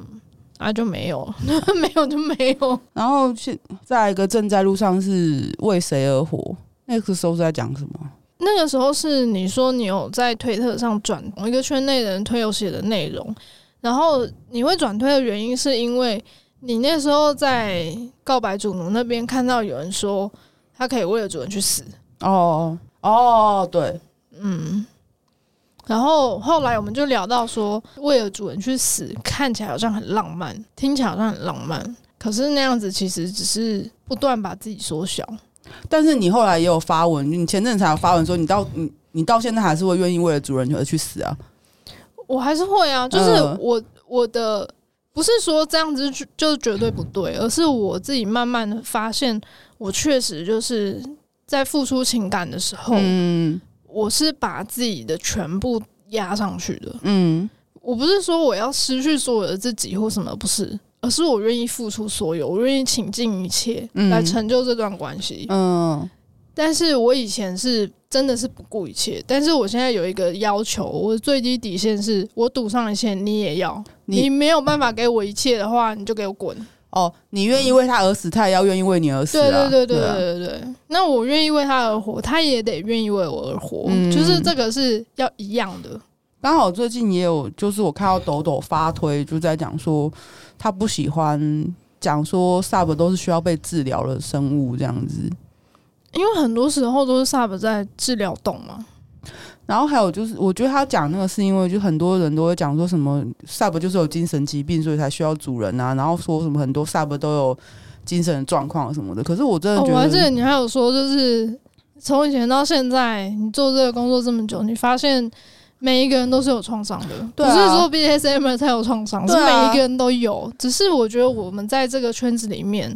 Speaker 2: 啊，就没有， *laughs* 没有就没有。
Speaker 1: 然后现再来一个正在路上是为谁而活？那个时候是在讲什么？
Speaker 2: 那个时候是你说你有在推特上转同一个圈内的人推有写的内容，然后你会转推的原因是因为你那时候在告白主奴那边看到有人说他可以为了主人去死，
Speaker 1: 哦哦，对，
Speaker 2: 嗯，然后后来我们就聊到说为了主人去死看起来好像很浪漫，听起来好像很浪漫，可是那样子其实只是不断把自己缩小。
Speaker 1: 但是你后来也有发文，你前阵子才有发文说你到你你到现在还是会愿意为了主人而去死啊？
Speaker 2: 我还是会啊，就是
Speaker 1: 嗯
Speaker 2: 我、我的不是说这样子就就绝对不对，而是我自己慢慢的发现，我确实就是在付出情感的时候，
Speaker 1: 嗯
Speaker 2: 我是把自己的全部压上去的。
Speaker 1: 嗯
Speaker 2: 我不是说我要失去所有的自己或什么，不是，而是我愿意付出所有，我愿意倾尽一切
Speaker 1: 嗯
Speaker 2: 来成就这段关系。
Speaker 1: 嗯
Speaker 2: 但是我以前是真的是不顾一切，但是我现在有一个要求，我的最低底线是我赌上一切，你也要。
Speaker 1: 你
Speaker 2: 你没有办法给我一切的话，你就给我滚。
Speaker 1: 哦，你愿意为他而死，他也要愿意为你而死、
Speaker 2: 对
Speaker 1: 啊。
Speaker 2: 对对对
Speaker 1: 啊
Speaker 2: 对对对。那我愿意为他而活，他也得愿意为我而活，
Speaker 1: 嗯
Speaker 2: 就是这个是要一样的。
Speaker 1: 刚好最近也有，就是我看到抖抖发推，就在讲说他不喜欢讲说 sub 都是需要被治疗的生物这样子。
Speaker 2: 因为很多时候都是 Sub 在治疗懂嘛，
Speaker 1: 然后还有就是，我觉得他讲那个是因为，就很多人都会讲说什么 sub 就是有精神疾病，所以才需要主人啊。然后说什么很多 sub 都有精神状况什么的。可是我真的
Speaker 2: 哦
Speaker 1: 觉
Speaker 2: 我还记
Speaker 1: 得，
Speaker 2: 得你还有说，就是从以前到现在，你做这个工作这么久，你发现每一个人都是有创伤的，
Speaker 1: 对
Speaker 2: 不是
Speaker 1: 啊
Speaker 2: 说 BSM 才有创伤，是
Speaker 1: 对啊
Speaker 2: 每一个人都有。只是我觉得我们在这个圈子里面，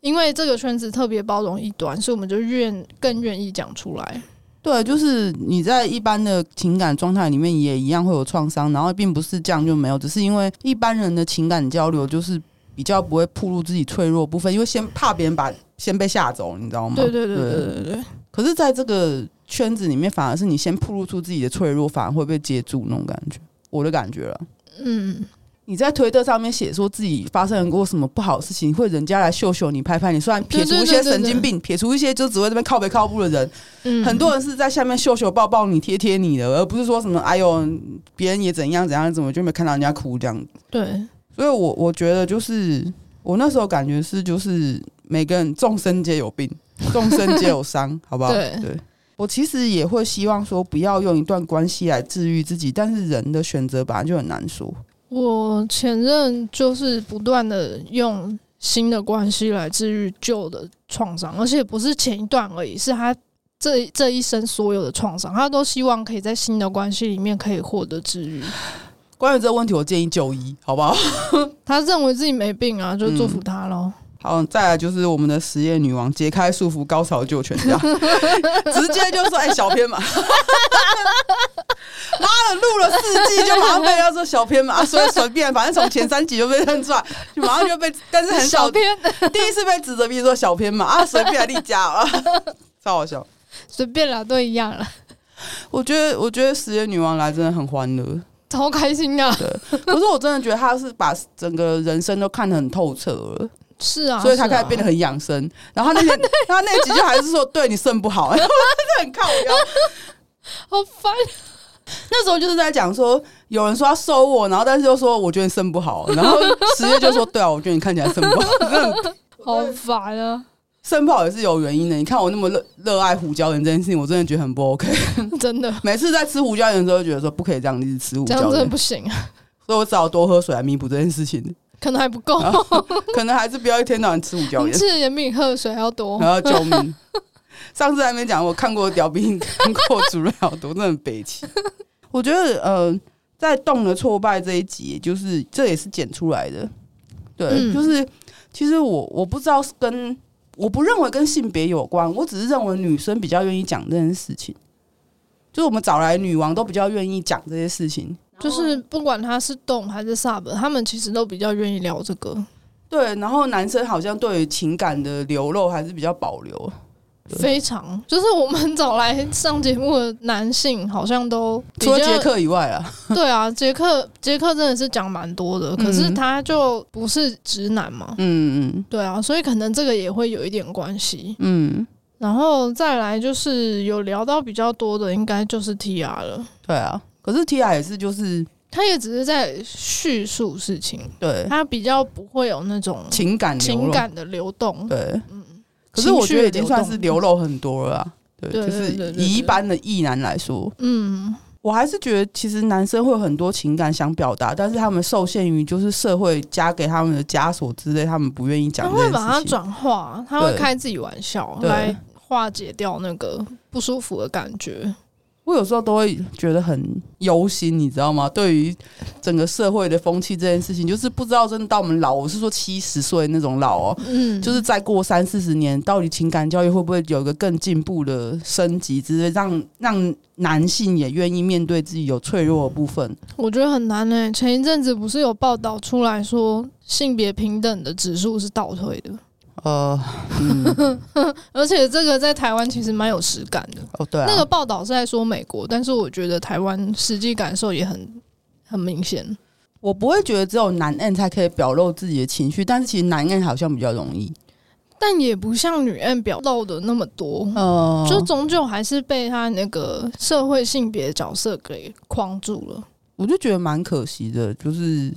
Speaker 2: 因为这个圈子特别包容异端，所以我们就愿更愿意讲出来。
Speaker 1: 对，就是你在一般的情感状态里面也一样会有创伤，然后并不是这样就没有，只是因为一般人的情感交流就是比较不会暴露自己脆弱的部分，因为先怕别人把先被吓走，你知道吗？
Speaker 2: 对对对对对对，
Speaker 1: 可是，在这个圈子里面，反而是你先暴露出自己的脆弱，反而会被接住那种感觉，我的感觉了。
Speaker 2: 嗯，
Speaker 1: 你在推特上面写说自己发生过什么不好的事情，会人家来秀秀你、拍拍你。虽然撇除一些神经病，撇除一些就只会这边靠北靠步的人，
Speaker 2: 嗯
Speaker 1: 很多人是在下面秀秀抱抱你、贴贴你的，而不是说什么哎呦别人也怎样怎样，怎么就没看到人家哭这样。
Speaker 2: 对，
Speaker 1: 所以我我觉得就是我那时候感觉是就是每个人众生皆有病，众生皆有伤，好不好？
Speaker 2: 对
Speaker 1: 我其实也会希望说，不要用一段关系来治愈自己，但是人的选择本来就很难说。
Speaker 2: 我前任就是不断的用新的关系来治愈旧的创伤，而且不是前一段而已，是他这这一生所有的创伤，他都希望可以在新的关系里面可以获得治愈。
Speaker 1: 关于这个问题，我建议就医，好不好？ *laughs*
Speaker 2: 他认为自己没病啊，就祝福他咯。
Speaker 1: 好，再来就是我们的实验女王解开束缚，高潮救全家， *laughs* 直接就说：“哎、小编嘛， *laughs* 妈的，录了四季就马上被人家说小编嘛，啊所以随便，反正从前三集就被认出来，就马上就被，但是很少
Speaker 2: 小编
Speaker 1: 第一次被指责，比如说小编嘛，啊，随便立家啊， *laughs* 超好笑。
Speaker 2: 随便啦，都一样啦，
Speaker 1: 我觉得，我觉得实验女王来真的很欢乐。”
Speaker 2: 超开心的。
Speaker 1: *laughs* 可是我真的觉得他是把整个人生都看得很透彻了，
Speaker 2: 是啊，
Speaker 1: 所以他
Speaker 2: 是
Speaker 1: 开
Speaker 2: 啊
Speaker 1: 始变得很养生。然后他那
Speaker 2: *laughs*
Speaker 1: 天他那集就还是说对你肾不好， *laughs* 然后真的很靠腰。
Speaker 2: 好烦。
Speaker 1: 那时候就是在讲说，有人说要收我，然后但是又说我觉得你肾不好，然后十月就说对啊，我觉得你看起来肾不好， *laughs* 真的很
Speaker 2: 好烦啊！
Speaker 1: 肾不好也是有原因的。你看我那么热热爱胡椒盐这件事情，我真的觉得很不 OK。
Speaker 2: 真的，
Speaker 1: 每次在吃胡椒盐的时候，就觉得说不可以这样一直吃胡
Speaker 2: 这样
Speaker 1: 椒
Speaker 2: 真的
Speaker 1: 盐，
Speaker 2: 不行啊，
Speaker 1: 所以我只好多喝水来弥补这件事情。
Speaker 2: 可能还不够。
Speaker 1: *laughs* 可能还是不要一天到晚吃胡椒
Speaker 2: *laughs* 你
Speaker 1: 盐。
Speaker 2: 吃的盐比你喝的水还要多。
Speaker 1: 然后救命！哦 *laughs* 上次还没讲，我看过屌比你 *laughs* 看过主人好多，真的很悲戚。我觉得呃，在动的挫败这一集，就是这也是剪出来的。对，
Speaker 2: 嗯
Speaker 1: 就是其实我我不知道是跟我不认为跟性别有关，我只是认为女生比较愿意讲这件事情。就是我们找来女王都比较愿意讲这些事情，
Speaker 2: 就是不管他是动还是 sub，他们其实都比较愿意聊这个，
Speaker 1: 对。然后男生好像对于情感的流露还是比较保留，对啊
Speaker 2: 非常就是我们找来上节目的男性好像都比
Speaker 1: 除
Speaker 2: 较
Speaker 1: 了杰克以外啊，
Speaker 2: 对啊，杰克杰克真的是讲蛮多的，可是
Speaker 1: 嗯
Speaker 2: 他就不是直男嘛，
Speaker 1: 嗯嗯
Speaker 2: 对啊，所以可能这个也会有一点关系。
Speaker 1: 嗯，
Speaker 2: 然后再来就是有聊到比较多的，应该就是 T R 了，
Speaker 1: 对啊，可是 T R 也是就是
Speaker 2: 他也只是在叙述事情，
Speaker 1: 对
Speaker 2: 他比较不会有那种
Speaker 1: 情感流
Speaker 2: 情
Speaker 1: 露
Speaker 2: 感的流动，
Speaker 1: 对，
Speaker 2: 嗯，
Speaker 1: 可是我觉得已
Speaker 2: 情
Speaker 1: 经
Speaker 2: 绪的
Speaker 1: 算是流露很多了啦。对，
Speaker 2: 对
Speaker 1: 就是
Speaker 2: 对对对对
Speaker 1: 以一般的异男来说，
Speaker 2: 嗯，
Speaker 1: 我还是觉得其实男生会有很多情感想表达，但是他们受限于就是社会加给他们的枷锁之类，他们不愿意讲
Speaker 2: 他
Speaker 1: 这
Speaker 2: 会
Speaker 1: 件
Speaker 2: 把它
Speaker 1: 事情。
Speaker 2: 转化，他会
Speaker 1: 对
Speaker 2: 开自己玩笑
Speaker 1: 对
Speaker 2: 来化解掉那个不舒服的感觉。
Speaker 1: 我有时候都会觉得很忧心，你知道吗？对于整个社会的风气这件事情，就是不知道真的到我们老，我是说七十岁那种老哦，
Speaker 2: 嗯，
Speaker 1: 就是再过三四十年，到底情感教育会不会有一个更进步的升级之类，让让男性也愿意面对自己有脆弱的部分？
Speaker 2: 我觉得很难呢、前一阵子不是有报道出来说性别平等的指数是倒退的，
Speaker 1: 呃，
Speaker 2: *laughs*
Speaker 1: 嗯，
Speaker 2: 而且这个在台湾其实蛮有实感的。
Speaker 1: 哦，对啊，
Speaker 2: 那个报道是在说美国，但是我觉得台湾实际感受也很很明显。
Speaker 1: 我不会觉得只有男人才可以表露自己的情绪，但是其实男人好像比较容易，
Speaker 2: 但也不像女案表露的那么多，
Speaker 1: 呃，
Speaker 2: 就终究还是被他那个社会性别角色给框住了。
Speaker 1: 我就觉得蛮可惜的，就是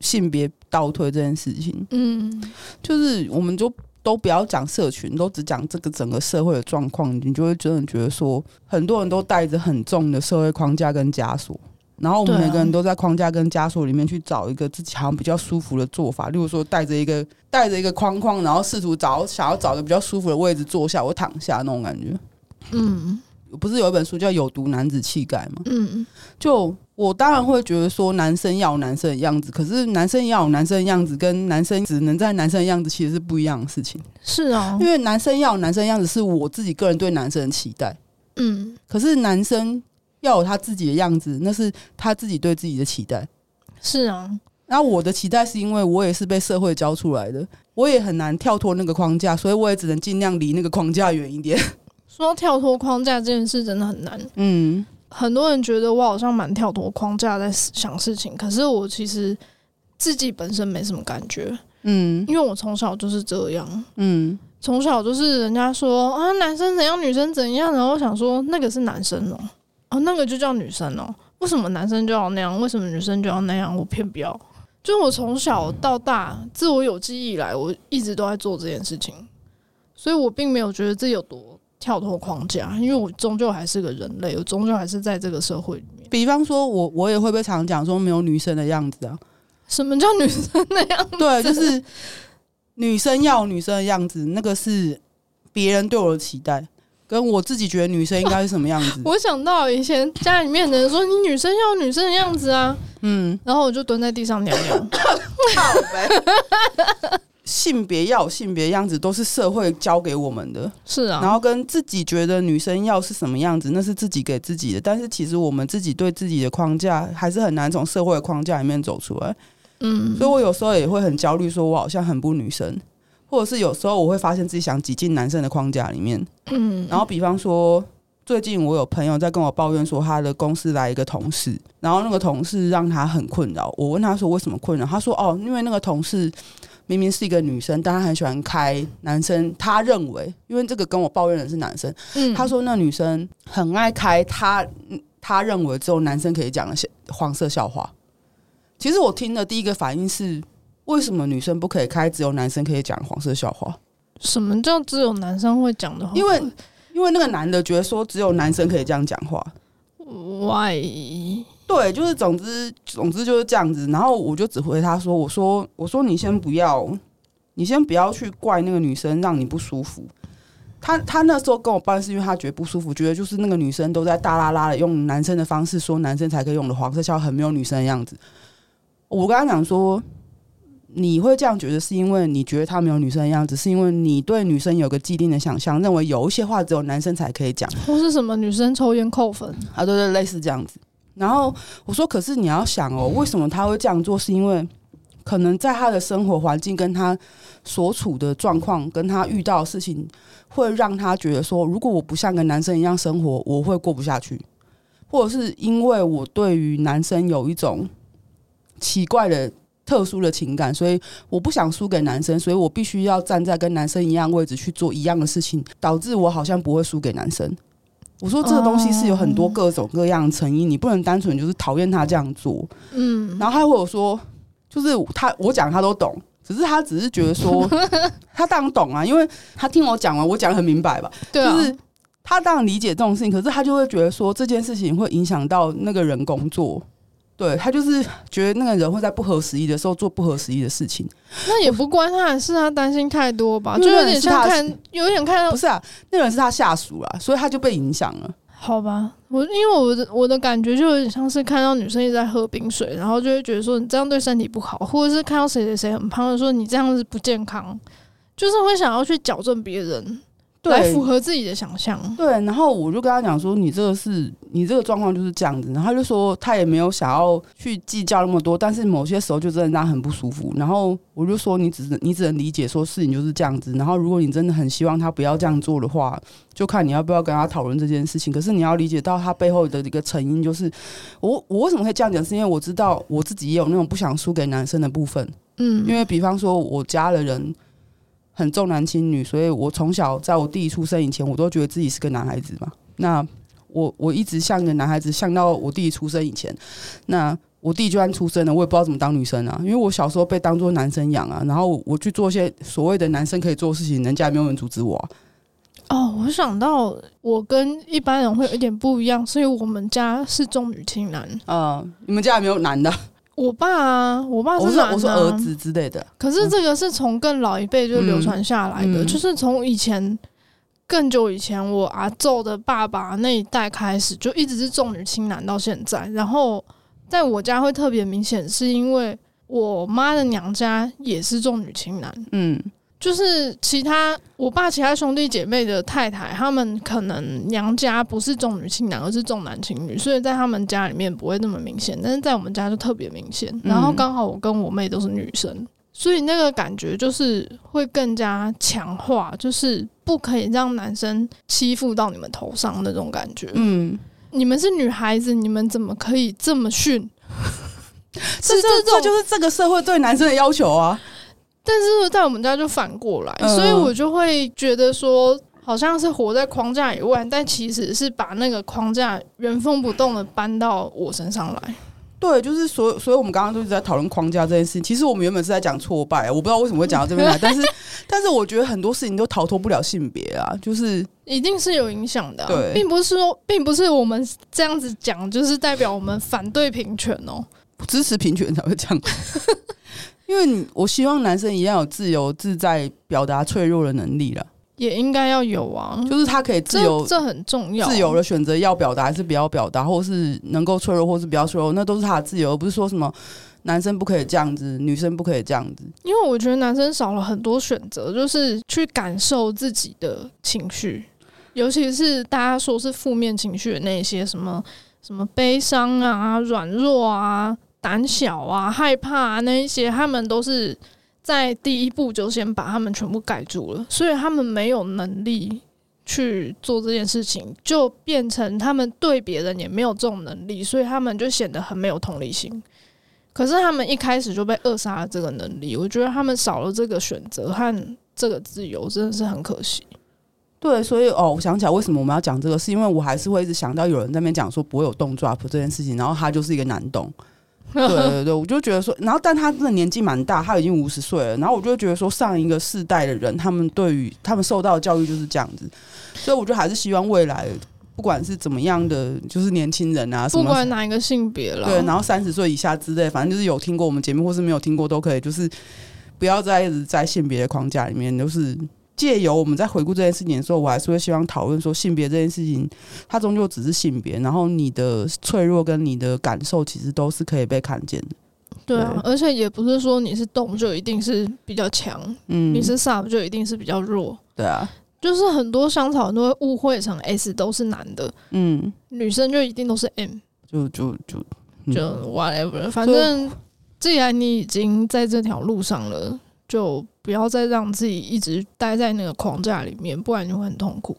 Speaker 1: 性别倒退这件事情，
Speaker 2: 嗯，
Speaker 1: 就是我们就。都不要讲社群，都只讲这个整个社会的状况，你就会真的觉得说，很多人都带着很重的社会框架跟枷锁，然后我们
Speaker 2: 对啊
Speaker 1: 每个人都在框架跟枷锁里面去找一个自己好像比较舒服的做法，例如说带着一个带着一个框框，然后试图找想要找一个比较舒服的位置坐下或躺下那种感觉。
Speaker 2: 嗯
Speaker 1: 不是有一本书叫《有毒男子气概》吗？
Speaker 2: 嗯，
Speaker 1: 就我当然会觉得说男生要有男生的样子，可是男生要有男生的样子，跟男生只能在男生的样子其实是不一样的事情。
Speaker 2: 是啊
Speaker 1: 因，为男生要有男生的样子是我自己个人对男生的期待，
Speaker 2: 嗯，
Speaker 1: 可是男生要有他自己的样子，那是他自己对自己的期待。
Speaker 2: 是啊，
Speaker 1: 然后我的期待是因为我也是被社会教出来的，我也很难跳脱那个框架，所以我也只能尽量离那个框架远一点。
Speaker 2: 说到跳脱框架这件事真的很难。
Speaker 1: 嗯，
Speaker 2: 很多人觉得我好像蛮跳脱框架在想事情，可是我其实自己本身没什么感觉，
Speaker 1: 嗯
Speaker 2: 因为我从小就是这样。
Speaker 1: 嗯，
Speaker 2: 从小就是人家说啊，男生怎样，女生怎样，然后我想说那个是男生哦、哦，那个就叫女生哦、为什么男生就要那样？为什么女生就要那样？我偏不要。就是我从小到大，自我有记忆以来，我一直都在做这件事情，所以我并没有觉得自己有多跳脱框架，因为我终究还是个人类，我终究还是在这个社会里面。
Speaker 1: 比方说我我也会被常讲说没有女生的样子啊， *laughs*
Speaker 2: 什么叫女 *laughs* 生那样？
Speaker 1: 对，就是女生要有女生的样子，那个是别人对我的期待，跟我自己觉得女生应该是什么样子。
Speaker 2: *laughs* 我想到以前家里面的人说你女生要有女生的样子啊，
Speaker 1: 嗯，
Speaker 2: 然后我就蹲在地上尿尿。
Speaker 1: 性别要有性别样子，都是社会教给我们的。
Speaker 2: 是啊，
Speaker 1: 然后跟自己觉得女生要是什么样子，那是自己给自己的。但是其实我们自己对自己的框架还是很难从社会的框架里面走出来，
Speaker 2: 嗯，
Speaker 1: 所以我有时候也会很焦虑，说我好像很不女生，或者是有时候我会发现自己想挤进男生的框架里面。
Speaker 2: 嗯，
Speaker 1: 然后比方说，最近我有朋友在跟我抱怨说，他的公司来一个同事，然后那个同事让他很困扰。我问他说为什么困扰，他说哦，因为那个同事明明是一个女生，但她很喜欢开男生，他认为，因为这个跟我抱怨的是男生，
Speaker 2: 嗯，
Speaker 1: 他说那女生很爱开他嗯他认为只有男生可以讲的笑黄色笑话。其实我听的第一个反应是，为什么女生不可以开只有男生可以讲的黄色笑话？
Speaker 2: 什么叫只有男生会讲的话？
Speaker 1: 因为因为那个男的觉得说只有男生可以这样讲话，
Speaker 2: why
Speaker 1: 对，就是总之总之就是这样子。然后我就只回他说：“我说我说你先不要，你先不要去怪那个女生让你不舒服。他他那时候跟我办是因为他觉得不舒服，觉得就是那个女生都在大啦啦的用男生的方式说男生才可以用的黄色笑话很没有女生的样子。我跟他讲说。”你会这样觉得，是因为你觉得他没有女生的样子，是因为你对女生有个既定的想象，认为有一些话只有男生才可以讲。
Speaker 2: 或是什么女生抽烟扣分？
Speaker 1: 啊，对对，类似这样子。然后我说，可是你要想哦，为什么他会这样做？是因为可能在他的生活环境、跟他所处的状况、跟他遇到的事情，会让他觉得说，如果我不像个男生一样生活，我会过不下去，或者是因为我对于男生有一种奇怪的。特殊的情感，所以我不想输给男生，所以我必须要站在跟男生一样位置去做一样的事情，导致我好像不会输给男生。我说这个东西是有很多各种各样的成因，你不能单纯就是讨厌他这样做。
Speaker 2: 嗯，
Speaker 1: 然后他会有说，就是他我讲他都懂，只是他只是觉得说他当然懂啊，因为他听我讲完，我讲得很明白吧，
Speaker 2: 对啊，
Speaker 1: 就是他当然理解这种事情，可是他就会觉得说这件事情会影响到那个人工作。对他就是觉得那个人会在不合时宜的时候做不合时宜的事情，
Speaker 2: 那也不关他的事，他担心太多吧，
Speaker 1: 因
Speaker 2: 就
Speaker 1: 为
Speaker 2: 有
Speaker 1: 那也
Speaker 2: 点
Speaker 1: 是
Speaker 2: 像
Speaker 1: 他的
Speaker 2: 看，有点看
Speaker 1: 不
Speaker 2: 到，
Speaker 1: 是啊，那个人是他下属啦，所以他就被影响了。
Speaker 2: 好吧，我因为我的我的感觉就有点像是看到女生一直在喝冰水，然后就会觉得说你这样对身体不好，或者是看到谁谁谁很胖，就说你这样子不健康，就是会想要去矫正别人，来
Speaker 1: 对，
Speaker 2: 符合自己的想象。
Speaker 1: 对，然后我就跟他讲说，你这个是你这个状况就是这样子，然后他就说他也没有想要去计较那么多，但是某些时候就真的让他很不舒服。然后我就说，你只是你只能理解说事情就是这样子，然后如果你真的很希望他不要这样做的话，就看你要不要跟他讨论这件事情。可是你要理解到他背后的一个成因，就是我我为什么会这样讲，是因为我知道我自己也有那种不想输给男生的部分。
Speaker 2: 嗯，
Speaker 1: 因为比方说我家的人很重男轻女，所以我从小在我弟出生以前，我都觉得自己是个男孩子嘛。那我我一直像个男孩子，像到我弟出生以前，那。我弟就算出生了，我也不知道怎么当女生啊，因为我小时候被当做男生养啊，然后我去做一些所谓的男生可以做的事情，人家也没有人阻止我、啊。
Speaker 2: 哦，我想到我跟一般人会有一点不一样，所以我们家是重女轻男。
Speaker 1: 呃，你们家也没有男的，
Speaker 2: 我爸啊，我爸
Speaker 1: 哦我
Speaker 2: 哦是
Speaker 1: 说
Speaker 2: 男
Speaker 1: 我
Speaker 2: 的、
Speaker 1: 说儿，子之类的。
Speaker 2: 可是这个是从更老一辈就流传下来的，
Speaker 1: 嗯嗯
Speaker 2: 就是从以前更久以前我阿昼的爸爸那一代开始，就一直是重女轻男到现在。然后在我家会特别明显，是因为我妈的娘家也是重女轻男，
Speaker 1: 嗯，
Speaker 2: 就是其他我爸其他兄弟姐妹的太太，他们可能娘家不是重女轻男，而是重男轻女，所以在他们家里面不会那么明显，但是在我们家就特别明显。然后刚好我跟我妹都是女生，所以那个感觉就是会更加强化，就是不可以让男生欺负到你们头上那种感觉。
Speaker 1: 嗯，
Speaker 2: 你们是女孩子，你们怎么可以这么训？
Speaker 1: 这
Speaker 2: 是
Speaker 1: 这
Speaker 2: 这
Speaker 1: 这
Speaker 2: 种
Speaker 1: 就是这个社会对男生的要求啊。
Speaker 2: 但是在我们家就反过来，
Speaker 1: 嗯
Speaker 2: 所以我就会觉得说，好像是活在框架以外，但其实是把那个框架原封不动的搬到我身上来。
Speaker 1: 对，就是所所以我们刚刚都一直在讨论框架这件事情。其实我们原本是在讲挫败，啊我不知道为什么会讲到这边
Speaker 2: *laughs*
Speaker 1: 来，但是但是我觉得很多事情都逃脱不了性别啊，就是
Speaker 2: 一定是有影响的啊、
Speaker 1: 对
Speaker 2: 并不是说，并不是我们这样子讲，就是代表我们反对平权哦、
Speaker 1: 支持平权才会这样。 *laughs* 因为你，我希望男生一样有自由自在表达脆弱的能力了，
Speaker 2: 也应该要有啊，
Speaker 1: 就是他可以自由
Speaker 2: 这这很重要，啊
Speaker 1: 自由的选择要表达还是不要表达，或是能够脆弱或是不要脆弱，那都是他的自由，而不是说什么男生不可以这样子，女生不可以这样子。
Speaker 2: 因为我觉得男生少了很多选择，就是去感受自己的情绪，尤其是大家说是负面情绪的那些什么什么悲伤啊、软弱啊、胆小啊、害怕啊那一些，他们都是在第一步就先把他们全部盖住了，所以他们没有能力。去做这件事情，就变成他们对别人也没有这种能力，所以他们就显得很没有同理心。可是他们一开始就被扼杀了这个能力，我觉得他们少了这个选择和这个自由，真的是很可惜。
Speaker 1: 对，所以哦，我想起来为什么我们要讲这个，是因为我还是会一直想到有人在那边讲说不会有动 drop 这件事情，然后他就是一个男
Speaker 2: *laughs*
Speaker 1: 动。对对对，我就觉得说，然后但他真的年纪蛮大，他已经五十岁了，然后我就觉得说，上一个世代的人，他们对于他们受到的教育就是这样子，所以我就还是希望未来不管是怎么样的，就是年轻人啊，什
Speaker 2: 不
Speaker 1: 么
Speaker 2: 管哪一个性别啦，
Speaker 1: 对，然后三十岁以下之类，反正就是有听过我们节目或是没有听过都可以，就是不要再一直在性别的框架里面，就是借由我们在回顾这件事情的时候，我还是会希望讨论说性别这件事情，它终究只是性别，然后你的脆弱跟你的感受其实都是可以被看见的。
Speaker 2: 对啊，而且也不是说你是动就一定是比较强，
Speaker 1: 嗯，
Speaker 2: 你是 sub 就一定是比较弱。
Speaker 1: 对啊，
Speaker 2: 就是很多香草人都会误会成 S 都是男的，
Speaker 1: 嗯，
Speaker 2: 女生就一定都是 M，
Speaker 1: 就就就嗯
Speaker 2: 就 whatever，反正既然你已经在这条路上了，就不要再让自己一直待在那个框架里面，不然你会很痛苦。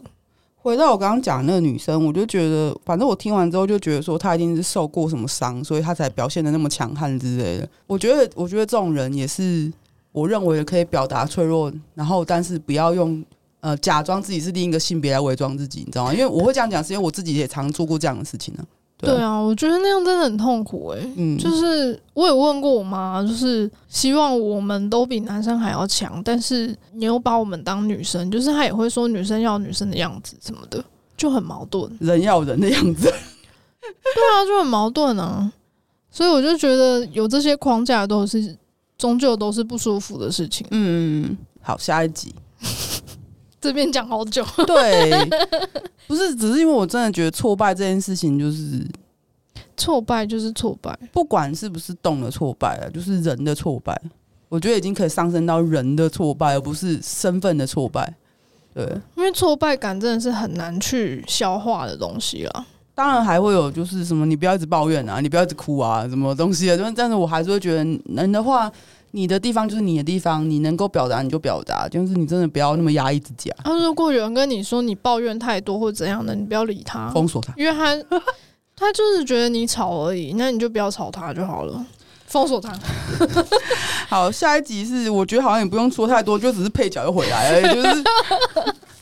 Speaker 1: 回到我刚刚讲的那个女生，我就觉得，反正我听完之后就觉得说，她一定是受过什么伤，所以她才表现的那么强悍之类的。我觉得，我觉得这种人也是我认为可以表达脆弱，然后但是不要用呃假装自己是另一个性别来伪装自己，你知道吗？因为我会这样讲，是因为我自己也常做过这样的事情呢、
Speaker 2: 对，啊，我觉得那样真的很痛苦诶、
Speaker 1: 嗯，
Speaker 2: 就是我有问过我妈，就是希望我们都比男生还要强，但是你又把我们当女生，就是她也会说女生要有女生的样子什么的，就很矛盾。
Speaker 1: 人要人的样子。
Speaker 2: 对啊，就很矛盾啊。所以我就觉得有这些框架都是终究都是不舒服的事情。
Speaker 1: 嗯， *laughs* 好，下一集。
Speaker 2: 这边讲好久， *laughs*
Speaker 1: 对，不是，只是因为我真的觉得挫败这件事情就是。
Speaker 2: 挫败就是挫败，
Speaker 1: 不管是不是动的挫败啊，就是人的挫败，我觉得已经可以上升到人的挫败，而不是身份的挫败。对，
Speaker 2: 因为挫败感真的是很难去消化的东西啦。
Speaker 1: 当然还会有就是什么，你不要一直抱怨啊，你不要一直哭啊，什么东西的。但但是我还是会觉得，人的话，你的地方就是你的地方，你能够表达你就表达，就是你真的不要那么压抑自己啊，
Speaker 2: 啊，如果有人跟你说你抱怨太多或怎样的，你不要理他，
Speaker 1: 封锁他。
Speaker 2: 因为他他就是觉得你吵而已，那你就不要吵他就好了，封锁他。
Speaker 1: 好，下一集是我觉得好像也不用说太多，就只是配角又回来了，就是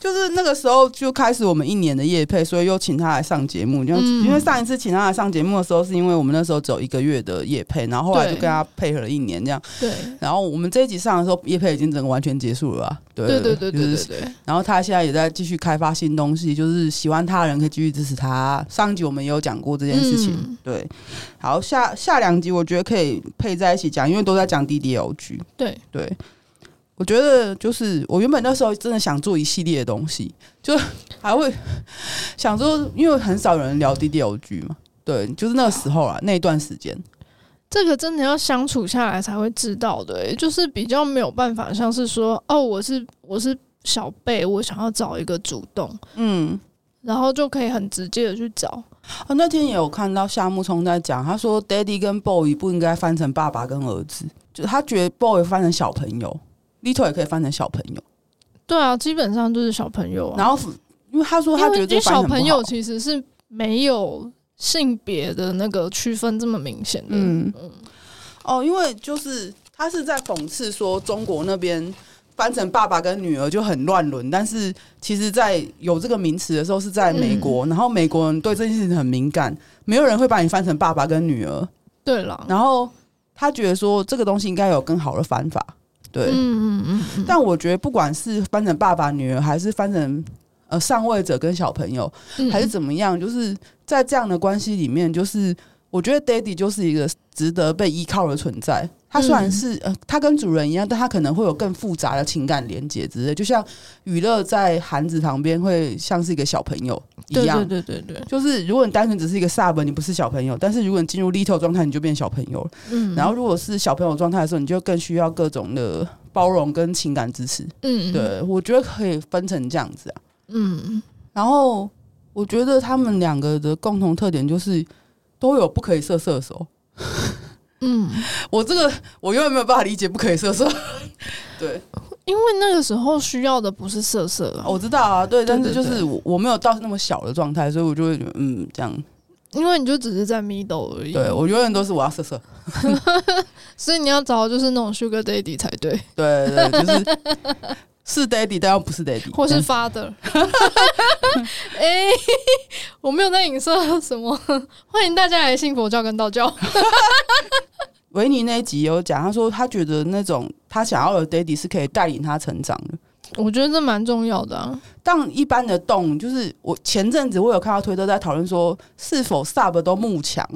Speaker 2: *laughs*
Speaker 1: 就是那个时候就开始我们一年的夜配，所以又请他来上节目。因为、
Speaker 2: 嗯
Speaker 1: 因为上一次请他来上节目的时候，是因为我们那时候只有一个月的夜配，然后后来就
Speaker 2: 对
Speaker 1: 跟他配合了一年这样。
Speaker 2: 对，
Speaker 1: 然后我们这一集上的时候，夜配已经整个完全结束了啊。对
Speaker 2: 对对对
Speaker 1: 就
Speaker 2: 对对
Speaker 1: 是
Speaker 2: 对，
Speaker 1: 然后他现在也在继续开发新东西，就是喜欢他的人可以继续支持他。上一集我们也有讲过这件事情，
Speaker 2: 嗯
Speaker 1: 对。好，下下两集我觉得可以配在一起讲，因为都在讲 DDLG。
Speaker 2: 对，
Speaker 1: 对，我觉得就是我原本那时候真的想做一系列的东西，就还会想说，因为很少有人聊 DDLG 嘛，对，就是那个时候啊，那一段时间，
Speaker 2: 这个真的要相处下来才会知道的、欸就是比较没有办法，像是说哦，我是我是小贝，我想要找一个主动，
Speaker 1: 嗯，
Speaker 2: 然后就可以很直接的去找。
Speaker 1: 啊，那天也有看到夏木冲在讲，他说 “daddy” 跟 “boy” 不应该翻成爸爸跟儿子，就他觉得 “boy” 翻成小朋友，“little” 也可以翻成小朋友。
Speaker 2: 对啊，基本上就是小朋友啊。
Speaker 1: 然后，因为他说他
Speaker 2: 因为
Speaker 1: 觉得
Speaker 2: 因
Speaker 1: 这个翻译
Speaker 2: 为小
Speaker 1: 很不好
Speaker 2: 朋友其实是没有性别的那个区分这么明显的。
Speaker 1: 嗯哦，因为就是他是在讽刺说中国那边翻成爸爸跟女儿就很乱伦，但是其实，在有这个名词的时候是在美国，然后美国人对这件事情很敏感，没有人会把你翻成爸爸跟女儿，
Speaker 2: 对了，
Speaker 1: 然后他觉得说这个东西应该有更好的翻法，对，
Speaker 2: 嗯嗯嗯嗯，
Speaker 1: 但我觉得不管是翻成爸爸女儿，还是翻成呃上位者跟小朋友，
Speaker 2: 嗯
Speaker 1: 还是怎么样，就是在这样的关系里面，就是我觉得 Daddy 就是一个值得被依靠的存在。他虽
Speaker 2: 嗯
Speaker 1: 然是、呃，他跟主人一样，但他可能会有更复杂的情感连接之类，就像娱乐在韩子旁边会像是一个小朋友一
Speaker 2: 对
Speaker 1: 样。
Speaker 2: 对对对对，
Speaker 1: 就是如果你单纯只是一个 sub，你不是小朋友；但是如果你进入 little 状态，你就变小朋友了。
Speaker 2: 嗯，
Speaker 1: 然后如果是小朋友状态的时候，你就更需要各种的包容跟情感支持。
Speaker 2: 嗯，
Speaker 1: 对，我觉得可以分成这样子啊。
Speaker 2: 嗯，
Speaker 1: 然后我觉得他们两个的共同特点就是都有不可以射射手。
Speaker 2: 嗯嗯，
Speaker 1: 我这个我永远没有办法理解不可以射射。 *laughs* 对，
Speaker 2: 因为那个时候需要的不是色色啊，
Speaker 1: 我知道啊，对，
Speaker 2: 对
Speaker 1: 但是就
Speaker 2: 对
Speaker 1: 是我我没有到那么小的状态，所以我就会觉得嗯，这样，
Speaker 2: 因为你就只是在 middle 而已，
Speaker 1: 对我永远都是我要射射。
Speaker 2: 所以你要找的就是那种 sugar daddy 才对，
Speaker 1: 对对，对就是 *laughs* 是 daddy，但又不是 daddy，
Speaker 2: 或是
Speaker 1: 嗯
Speaker 2: *laughs* father。哎、我没有在影射什么，欢迎大家来信佛教跟
Speaker 1: *laughs*
Speaker 2: 道教。
Speaker 1: 维尼那一集有讲，他说他觉得那种他想要的 daddy 是可以带领他成长的。
Speaker 2: 我觉得这蛮重要的、啊。
Speaker 1: 当一般的动，就是我前阵子我有看到推特在讨论说，是否 sub 都慕强，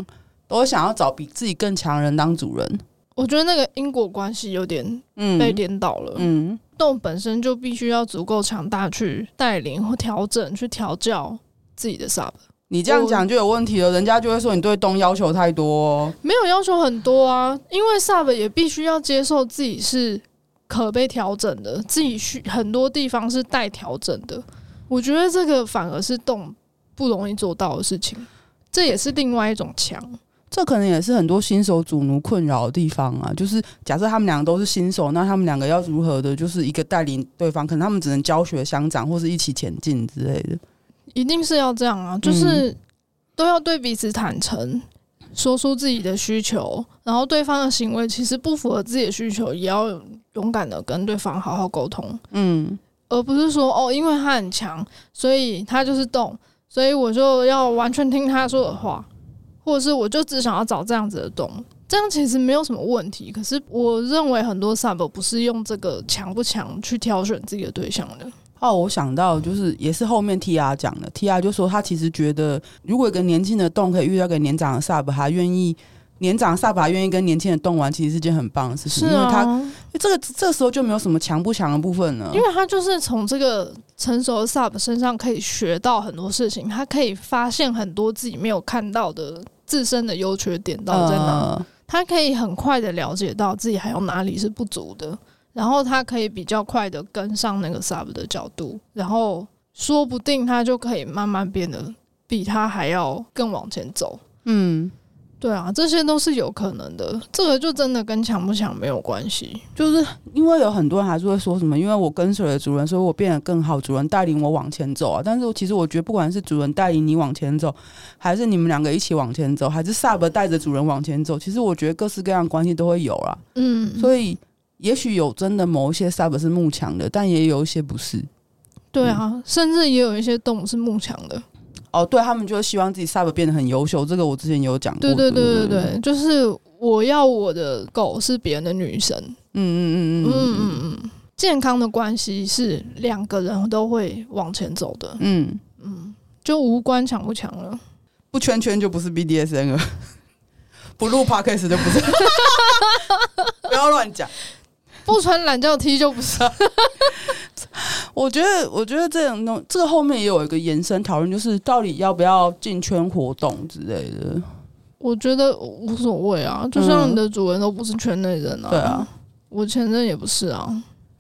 Speaker 1: 都想要找比自己更强的人当主人。
Speaker 2: 我觉得那个因果关系有点被
Speaker 1: 嗯
Speaker 2: 颠倒了。
Speaker 1: 嗯，
Speaker 2: 动物本身就必须要足够强大，去带领或调整、去调教自己的 sub。
Speaker 1: 你这样讲就有问题了，人家就会说你对动要求太多、哦。
Speaker 2: 没有要求很多啊，因为 sub 也必须要接受自己是可被调整的，自己需很多地方是待调整的。我觉得这个反而是动不容易做到的事情，这也是另外一种强。
Speaker 1: 这可能也是很多新手主奴困扰的地方啊。就是假设他们两个都是新手，那他们两个要如何的，就是一个带领对方，可能他们只能教学相长，或是一起前进之类的。
Speaker 2: 一定是要这样啊，就是都要对彼此坦诚，说出自己的需求，然后对方的行为其实不符合自己的需求，也要勇敢的跟对方好好沟通，
Speaker 1: 嗯，
Speaker 2: 而不是说哦，因为他很强，所以他就是动，所以我就要完全听他说的话，或者是我就只想要找这样子的动。这样其实没有什么问题，可是我认为很多 sub 不是用这个强不强去挑选自己的对象的。
Speaker 1: 哦，我想到就是也是后面 T R 讲的，T R 就说他其实觉得，如果一个年轻的洞可以遇到一个年长的 sub，他愿意年长的 sub 还愿意跟年轻的洞玩，其实是件很棒的事情，因
Speaker 2: 是
Speaker 1: 为他
Speaker 2: 啊，
Speaker 1: 这个这时候就没有什么强不强的部分了
Speaker 2: 因。为他就是从这个成熟的 sub 身上可以学到很多事情，他可以发现很多自己没有看到的自身的优缺点到底在哪，
Speaker 1: 呃
Speaker 2: 他可以很快的了解到自己还有哪里是不足的，然后他可以比较快的跟上那个 sub 的角度，然后说不定他就可以慢慢变得比他还要更往前走。
Speaker 1: 嗯，
Speaker 2: 对啊，这些都是有可能的，这个就真的跟强不强没有关系。
Speaker 1: 就是因为有很多人还是会说什么，因为我跟随了主人，所以我变得更好，主人带领我往前走啊。但是我其实我觉得，不管是主人带领你往前走，还是你们两个一起往前走，还是 sub 带着主人往前走，其实我觉得各式各样的关系都会有啊啦。
Speaker 2: 嗯，
Speaker 1: 所以也许有真的某一些 sub 是慕强的，但也有一些不是。
Speaker 2: 对啊，甚至也有一些动物是慕强的。
Speaker 1: 哦，对他们就是希望自己 sub 变得很优秀，这个我之前有讲过。
Speaker 2: 对对对对
Speaker 1: 嗯
Speaker 2: 对，就是我要我的狗是别人的女神。
Speaker 1: 嗯嗯
Speaker 2: 嗯
Speaker 1: 嗯嗯嗯
Speaker 2: 嗯嗯，健康的关系是两个人都会往前走的，
Speaker 1: 嗯，
Speaker 2: 就无关强不强了。
Speaker 1: 不圈圈就不是 BDSN 了， *laughs* 不录 podcast 就不是， *laughs* 不要乱讲。
Speaker 2: 不穿懒觉 T 就不是。
Speaker 1: 我觉得，我觉得这种东，这个后面也有一个延伸讨论，就是到底要不要进圈活动之类的。
Speaker 2: 我觉得无所谓啊，就像你的主人都不是圈内人啊，
Speaker 1: 对啊，
Speaker 2: 我前任也不是啊，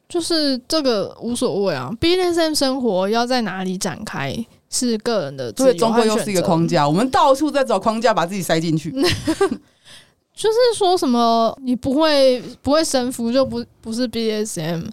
Speaker 2: 就是这个无所谓啊。BDSM 生活要在哪里展开是个人的自
Speaker 1: 所
Speaker 2: 由
Speaker 1: 以终归又
Speaker 2: 和
Speaker 1: 是一
Speaker 2: 选
Speaker 1: 个
Speaker 2: 择。嗯
Speaker 1: 框架，我们到处在找框架把自己塞进去。
Speaker 2: 就是说什么你不会不会神服就不不是 BDSM，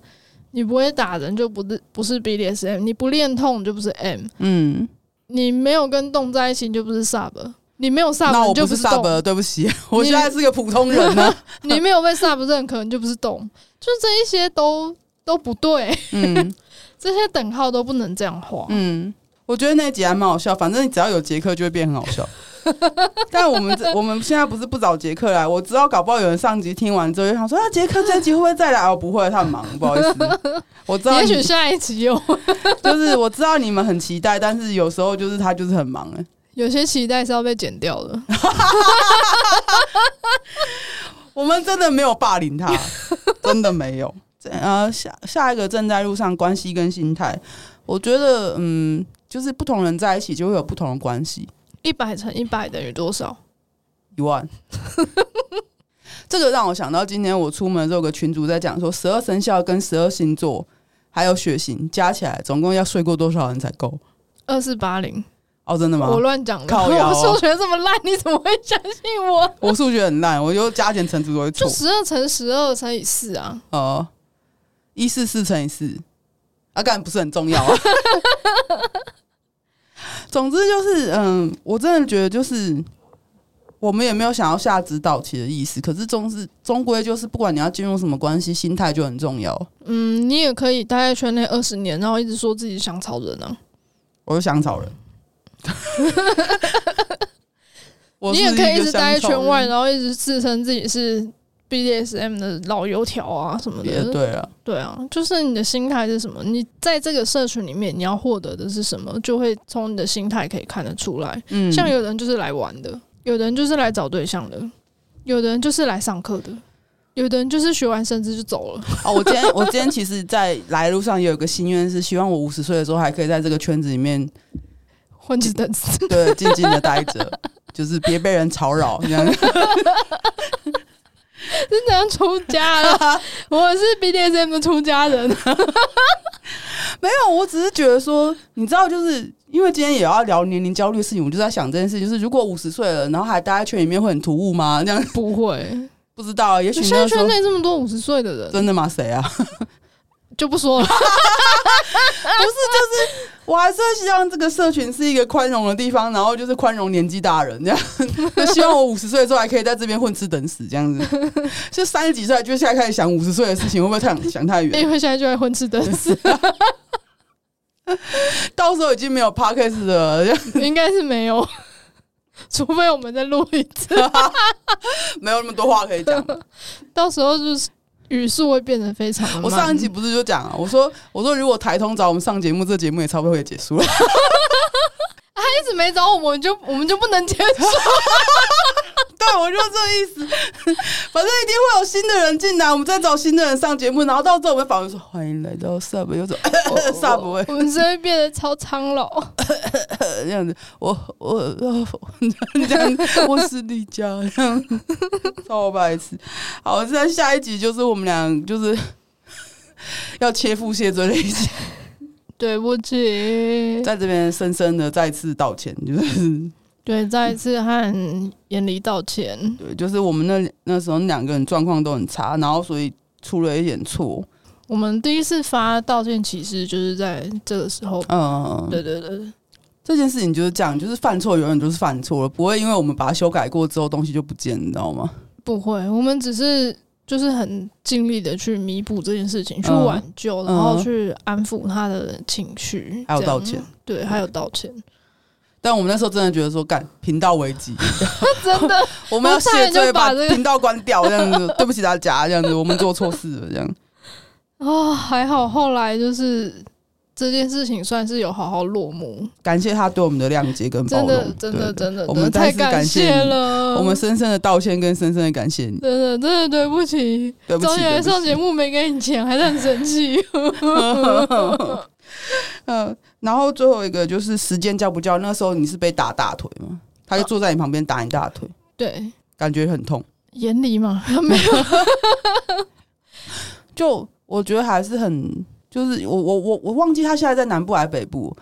Speaker 2: 你不会打人就不是不是 BDSM，你不练痛就不是 M，
Speaker 1: 嗯，
Speaker 2: 你没有跟动在一起你就不是 sub，你没有 sub
Speaker 1: 那我
Speaker 2: 你就
Speaker 1: 不是
Speaker 2: 动
Speaker 1: sub，对不啊起，我现在是个普通人呢。 *laughs*
Speaker 2: 你没有被 sub 认可你就不是动，就这一些都都不对， *laughs*
Speaker 1: 嗯
Speaker 2: 这些等号都不能这样画。
Speaker 1: 嗯，我觉得那集还蛮好笑，反正你只要有杰克就会变很好笑。 *laughs* 但我们这我们现在不是不找杰克来，我知道搞不好有人上集听完之后就想说，啊，杰克这集会不会再来？哦，不会，他很忙，不
Speaker 2: *laughs*
Speaker 1: 好意思。我知道
Speaker 2: 也
Speaker 1: 你，
Speaker 2: 许下一集有 *laughs*
Speaker 1: 就是我知道你们很期待，但是有时候就是他就是很忙哎。
Speaker 2: 有些期待是要被剪掉的，
Speaker 1: 我们真的没有霸凌
Speaker 2: *laughs*
Speaker 1: 他，真的没有。这呃，下下一个正在路上，关系跟心态，我觉得嗯，就是不同人在一起就会有不同的关系。
Speaker 2: 一百乘一百等于多少？
Speaker 1: 一万， *laughs* 这个让我想到今天我出门的时候，有个群主在讲说，十二生肖跟十二星座还有血型加起来，总共要睡过多少人才够？
Speaker 2: 二四八零，
Speaker 1: 哦，真的吗
Speaker 2: 我？乱讲的。
Speaker 1: 靠腰
Speaker 2: *laughs* 我
Speaker 1: 哦
Speaker 2: 数学这么烂，你怎么会相信我？
Speaker 1: 我数学很烂，我就加减乘除都会错
Speaker 2: 就。十二乘十二乘以四啊，
Speaker 1: 哦，一四四乘以四，啊，干不是很重要啊。 *laughs* 总之就是，嗯，我真的觉得就是，我们也没有想要下指导棋的意思，可是终是终归就是，不管你要进入什么关系，心态就很重要。
Speaker 2: 嗯，你也可以待在圈内二十年，然后一直说自己想草人啊，
Speaker 1: 我是香草人， *laughs* 我
Speaker 2: 你
Speaker 1: 是
Speaker 2: 也可以
Speaker 1: 个
Speaker 2: 直待在
Speaker 1: 香草
Speaker 2: 圈外，
Speaker 1: 人
Speaker 2: 然后一直自称自己是 BDSM 的老油条啊什么
Speaker 1: 也
Speaker 2: 的。
Speaker 1: 对了，
Speaker 2: 对啊，就是你的心态是什么？你在这个社群里面，你要获得的是什么，就会从你的心态可以看得出来。
Speaker 1: 嗯，
Speaker 2: 像有人就是来玩的，有的人就是来找对象的，有的人就是来上课的，有的人就是学完甚至就走了。 *laughs*
Speaker 1: 哦，我今天我今天其实，在来路上也有一个心愿，是希望我五十岁的时候还可以在这个圈子里面
Speaker 2: 混吃等死，
Speaker 1: 对，静静的待着，就是别被人吵扰。这样 *laughs*
Speaker 2: 真的要出家 *laughs* 了。我是 BDSM 的出家人，
Speaker 1: 没有，我只是觉得说，你知道，就是因为今天也要聊年龄焦虑的事情，我就在想这件事，就是如果五十岁了，然后还待在圈里面会很突兀吗？这样
Speaker 2: *laughs*
Speaker 1: *laughs*
Speaker 2: 不 *laughs* 会。
Speaker 1: 不知道，啊也许
Speaker 2: 现
Speaker 1: 那
Speaker 2: 在
Speaker 1: 时
Speaker 2: 圈
Speaker 1: 候
Speaker 2: 内这么多五十岁的人，
Speaker 1: 真的吗？谁啊？
Speaker 2: 就不说了。
Speaker 1: 我还是会希望这个社群是一个宽容的地方，然后就是宽容年纪大人这样。就希望我五十岁之后还可以在这边混吃等死这样子。就三十几岁就现在开始想五十岁的事情，会不会太想太远？
Speaker 2: 因为现在就在混吃等 *laughs* 死，
Speaker 1: *laughs* 到时候已经没有 podcast 了，这样
Speaker 2: 应该是没有。 *laughs* 除非我们再录一次，
Speaker 1: *laughs* 没有那么多话可以讲。
Speaker 2: 到时候就是语速会变得非常的慢。
Speaker 1: 我上一集不是就讲啊，我说我说如果台通找我们上节目，这节目也差不多会结束了。
Speaker 2: 一直没找我们，我们就我们就不能接受。
Speaker 1: 对，我就这意思。 *laughs* 反正一定会有新的人进来，我们再找新的人上节目，然后到时候我们访问说欢迎来到 Sub，又说 *laughs* Sub
Speaker 2: 我们只会变得超苍老。
Speaker 1: 呃这样子，我我 *laughs* 我这样，我是李佳这样，超白痴。好，在下一集就是我们俩就是 *laughs* 要切腹谢罪的一集，
Speaker 2: 对不起，
Speaker 1: 在这边深深的再次道歉，就是。
Speaker 2: 对，再一次和严离道歉。
Speaker 1: 对，就是我们那那时候两个人状况都很差，然后所以出了一点错。
Speaker 2: 我们第一次发道歉启事就是在这个时候。
Speaker 1: 嗯，
Speaker 2: 对对对，
Speaker 1: 这件事情就是这样，就是犯错永远都是犯错了，不会因为我们把它修改过之后东西就不见，你知道吗？
Speaker 2: 不会，我们只是就是很尽力的去弥补这件事情，去
Speaker 1: 嗯
Speaker 2: 挽救，然后去安抚他的情绪，
Speaker 1: 还有
Speaker 2: 这样
Speaker 1: 道歉。
Speaker 2: 对，还有道歉，
Speaker 1: 但我们那时候真的觉得说，干频道危机，
Speaker 2: 真的
Speaker 1: *laughs* 我们要
Speaker 2: 我差
Speaker 1: 谢
Speaker 2: 点就
Speaker 1: 罪把
Speaker 2: 把这个
Speaker 1: 频道关掉，这样子，对不起大家，这样子，我们做错事了，这样。
Speaker 2: 哦，还好后来就是这件事情算是有好好落幕，
Speaker 1: 感谢他对我们的谅解跟包
Speaker 2: 真
Speaker 1: 容，
Speaker 2: 的真
Speaker 1: 对
Speaker 2: 的真的，
Speaker 1: 我们
Speaker 2: 真的太
Speaker 1: 再次感谢
Speaker 2: 谢
Speaker 1: 你
Speaker 2: 了，
Speaker 1: 我们深深的道歉跟深深的感谢你，
Speaker 2: 真的真的对不起，
Speaker 1: 对不起，
Speaker 2: 早点
Speaker 1: 对
Speaker 2: 来
Speaker 1: 不
Speaker 2: 上
Speaker 1: 起
Speaker 2: 节。目没给你钱，还是很
Speaker 1: *laughs*
Speaker 2: 生气。
Speaker 1: 嗯，然后最后一个就是时间叫不叫？那时候你是被打大腿吗？他就坐在你旁边打你大腿，
Speaker 2: 对，
Speaker 1: 感觉很痛。
Speaker 2: 眼里嘛， *laughs* 没有，
Speaker 1: 就我觉得还是很，就是我我我我忘记他现在在南部还是北部，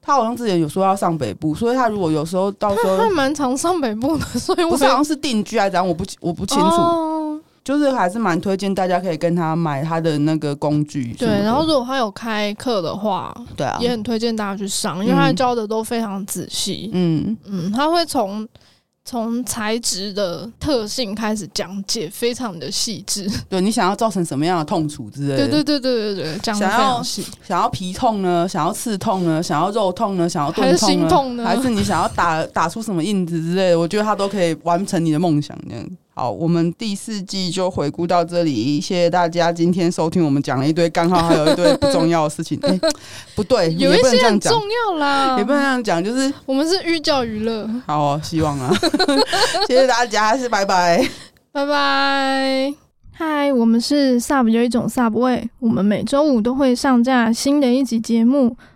Speaker 1: 他好像之前有说要上北部，所以他如果有时候到时候
Speaker 2: 他蛮常上
Speaker 1: *laughs*
Speaker 2: 北部的，所以我
Speaker 1: 不是好像是定居还是怎样，我不我不清楚，
Speaker 2: 哦
Speaker 1: 就是还是蛮推荐大家可以跟他买他的那个工具什
Speaker 2: 对，
Speaker 1: 么的。
Speaker 2: 然后如果他有开课的话，
Speaker 1: 对啊，
Speaker 2: 也很推荐大家去上，因为他教的都非常仔细。
Speaker 1: 嗯，
Speaker 2: 嗯，他会从从材质的特性开始讲解，非常的细致。
Speaker 1: 对你想要造成什么样的痛楚之类的？
Speaker 2: 对对对对对对，讲的非
Speaker 1: 想要
Speaker 2: 常细。
Speaker 1: 想要皮痛呢？想要刺痛呢？想要肉痛呢？想要钝
Speaker 2: 还是
Speaker 1: 痛
Speaker 2: 心
Speaker 1: 呢？
Speaker 2: 痛呢
Speaker 1: 还是你想要打 *laughs* 打出什么印子之类的？我觉得他都可以完成你的梦想。这样好，我们第四季就回顾到这里，谢谢大家今天收听。我们讲了一堆刚好，还有一堆不重要的事情。 *laughs* 哎、不对，
Speaker 2: 有
Speaker 1: 也
Speaker 2: 一
Speaker 1: 不能
Speaker 2: 些
Speaker 1: 这样
Speaker 2: 很
Speaker 1: 讲
Speaker 2: 重，要啦
Speaker 1: 也，不能这样讲，就是
Speaker 2: 我们是寓教于乐，
Speaker 1: 好、希望啊， *laughs* 谢谢大家，是拜拜。
Speaker 2: 拜拜。嗨，我们是 Sub 有一种 Sub 味，我们每周五都会上架新的一集节目。